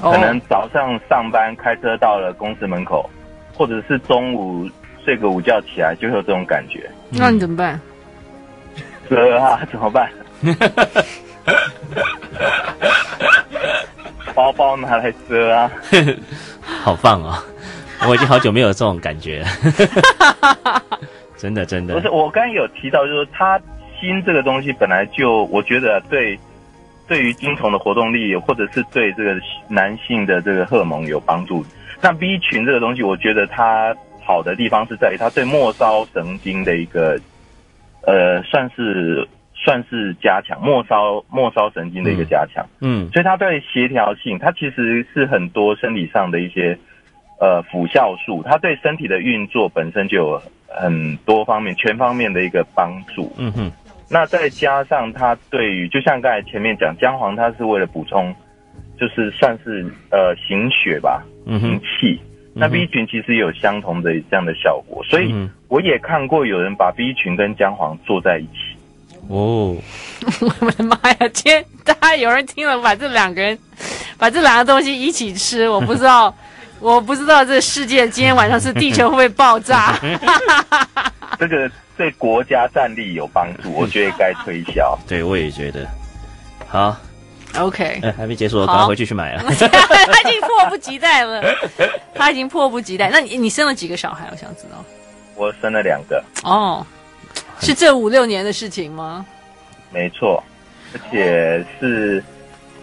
Speaker 5: 哦
Speaker 12: 可能早上上班开车到了公司门口，或者是中午睡个午觉起来，就会有这种感觉。
Speaker 5: 那你怎么办？
Speaker 12: 这啊，怎么办？ 包包拿来遮啊！
Speaker 6: 好棒哦！我已经好久没有这种感觉了， 真的真的
Speaker 12: 不是，，我刚才有提到，就是它锌这个东西本来就，我觉得对对于精虫的活动力，或者是对这个男性的这个荷尔蒙有帮助。那 B 群这个东西，我觉得它好的地方是在于它对末梢神经的一个，呃，算是算是加强末梢末梢神经的一个加强。
Speaker 6: 嗯
Speaker 12: 所以它对协调性，它其实是很多生理上的一些呃辅效素，它对身体的运作本身就有很多方面、全方面的一个帮助。
Speaker 6: 嗯哼，
Speaker 12: 那再加上它对于，就像刚才前面讲，姜黄它是为了补充，就是算是呃行血吧，
Speaker 6: 嗯哼，
Speaker 12: 气。那 B 群其实也有相同的这样的效果，所以
Speaker 6: 嗯
Speaker 12: 我也看过有人把 B 群跟姜黄做在一起。
Speaker 6: 哦，
Speaker 5: 我的妈呀！今天大家有人听了，把这两个人，把这两个东西一起 吃，我不知道，我不知道这世界今天晚上是地球会不会爆 炸？
Speaker 12: 这个对国家战力有帮助，我觉得该推销。
Speaker 6: 对我也觉得。好，
Speaker 5: OK，
Speaker 6: 哎、还没结束，我
Speaker 5: 好
Speaker 6: 赶快回去去买了。
Speaker 5: 他已经迫不及待了，他已经迫不及待。那你你生了几个小孩？我想知道。
Speaker 12: 我生了两个，
Speaker 5: 哦，是这五六年的事情吗？
Speaker 12: 没错，而且是，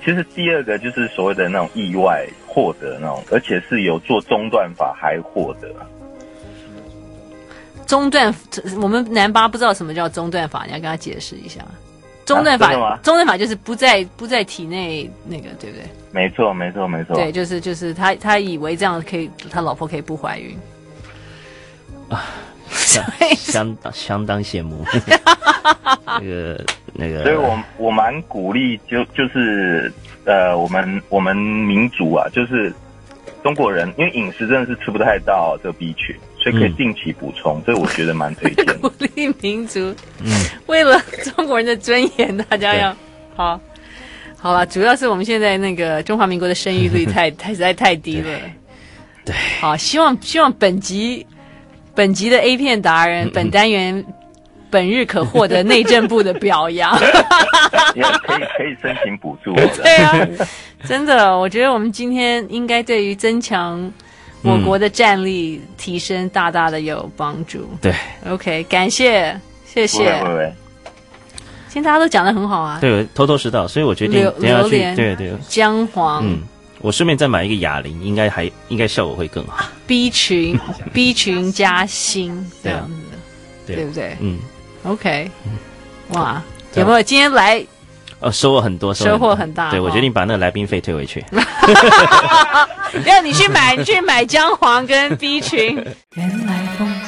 Speaker 12: 其实第二个就是所谓的那种意外获得那种，而且是有做中断法还获得。
Speaker 5: 中断，我们南巴不知道什么叫中断法，你要跟他解释一下。中断法，
Speaker 12: 啊真的吗
Speaker 5: 中断法就是不在不在体内那个，对不对？
Speaker 12: 没错，没错，没错。
Speaker 5: 对，就是就是他他以为这样可以，他老婆可以不怀孕。
Speaker 12: 啊
Speaker 6: 相相当相当羡慕，那个那个，
Speaker 12: 所以我我蛮鼓励就就是呃，我们我们民族啊，就是中国人，因为饮食真的是吃不太到这个 B 群，所以可以定期补充，这、我觉得蛮推荐 的。
Speaker 5: 鼓励民族，
Speaker 6: 嗯
Speaker 5: 为了中国人的尊严，大家要好，好了。主要是我们现在那个中华民国的生育率 太太实在太低了。
Speaker 6: 对，
Speaker 5: 好，希望希望本集本集的 A 片达人，
Speaker 6: 嗯
Speaker 5: 本单元本日可获得内政部的表 扬。
Speaker 12: 也可以可以申请补助的。
Speaker 5: 对啊，真的，我觉得我们今天应该对于增强我国的战力提升大大的有帮助。
Speaker 6: 对
Speaker 5: OK，感谢，谢
Speaker 6: 不会
Speaker 5: 谢。
Speaker 6: 不会
Speaker 5: 今天大家都讲的很好啊，
Speaker 6: 对，我头头是道，所以我决定
Speaker 5: 榴
Speaker 6: 等一下
Speaker 5: 榴
Speaker 6: 去
Speaker 5: 莲，，
Speaker 6: 对对，
Speaker 5: 姜黄、
Speaker 6: 嗯，我顺便再买一个哑铃，应该还应该效果会更好。
Speaker 5: B 群、B 群加锌这样子，
Speaker 6: 对
Speaker 5: 对不对
Speaker 6: 啊嗯，
Speaker 5: ？OK，哇，
Speaker 6: 对
Speaker 5: 有没有今天来
Speaker 6: 呃，收获很多，
Speaker 5: 收获很大
Speaker 6: 对我
Speaker 5: 哦
Speaker 6: 决定把那个来宾费退回去。
Speaker 5: 让你去买，你去买姜黄跟 B 群。
Speaker 1: 原来风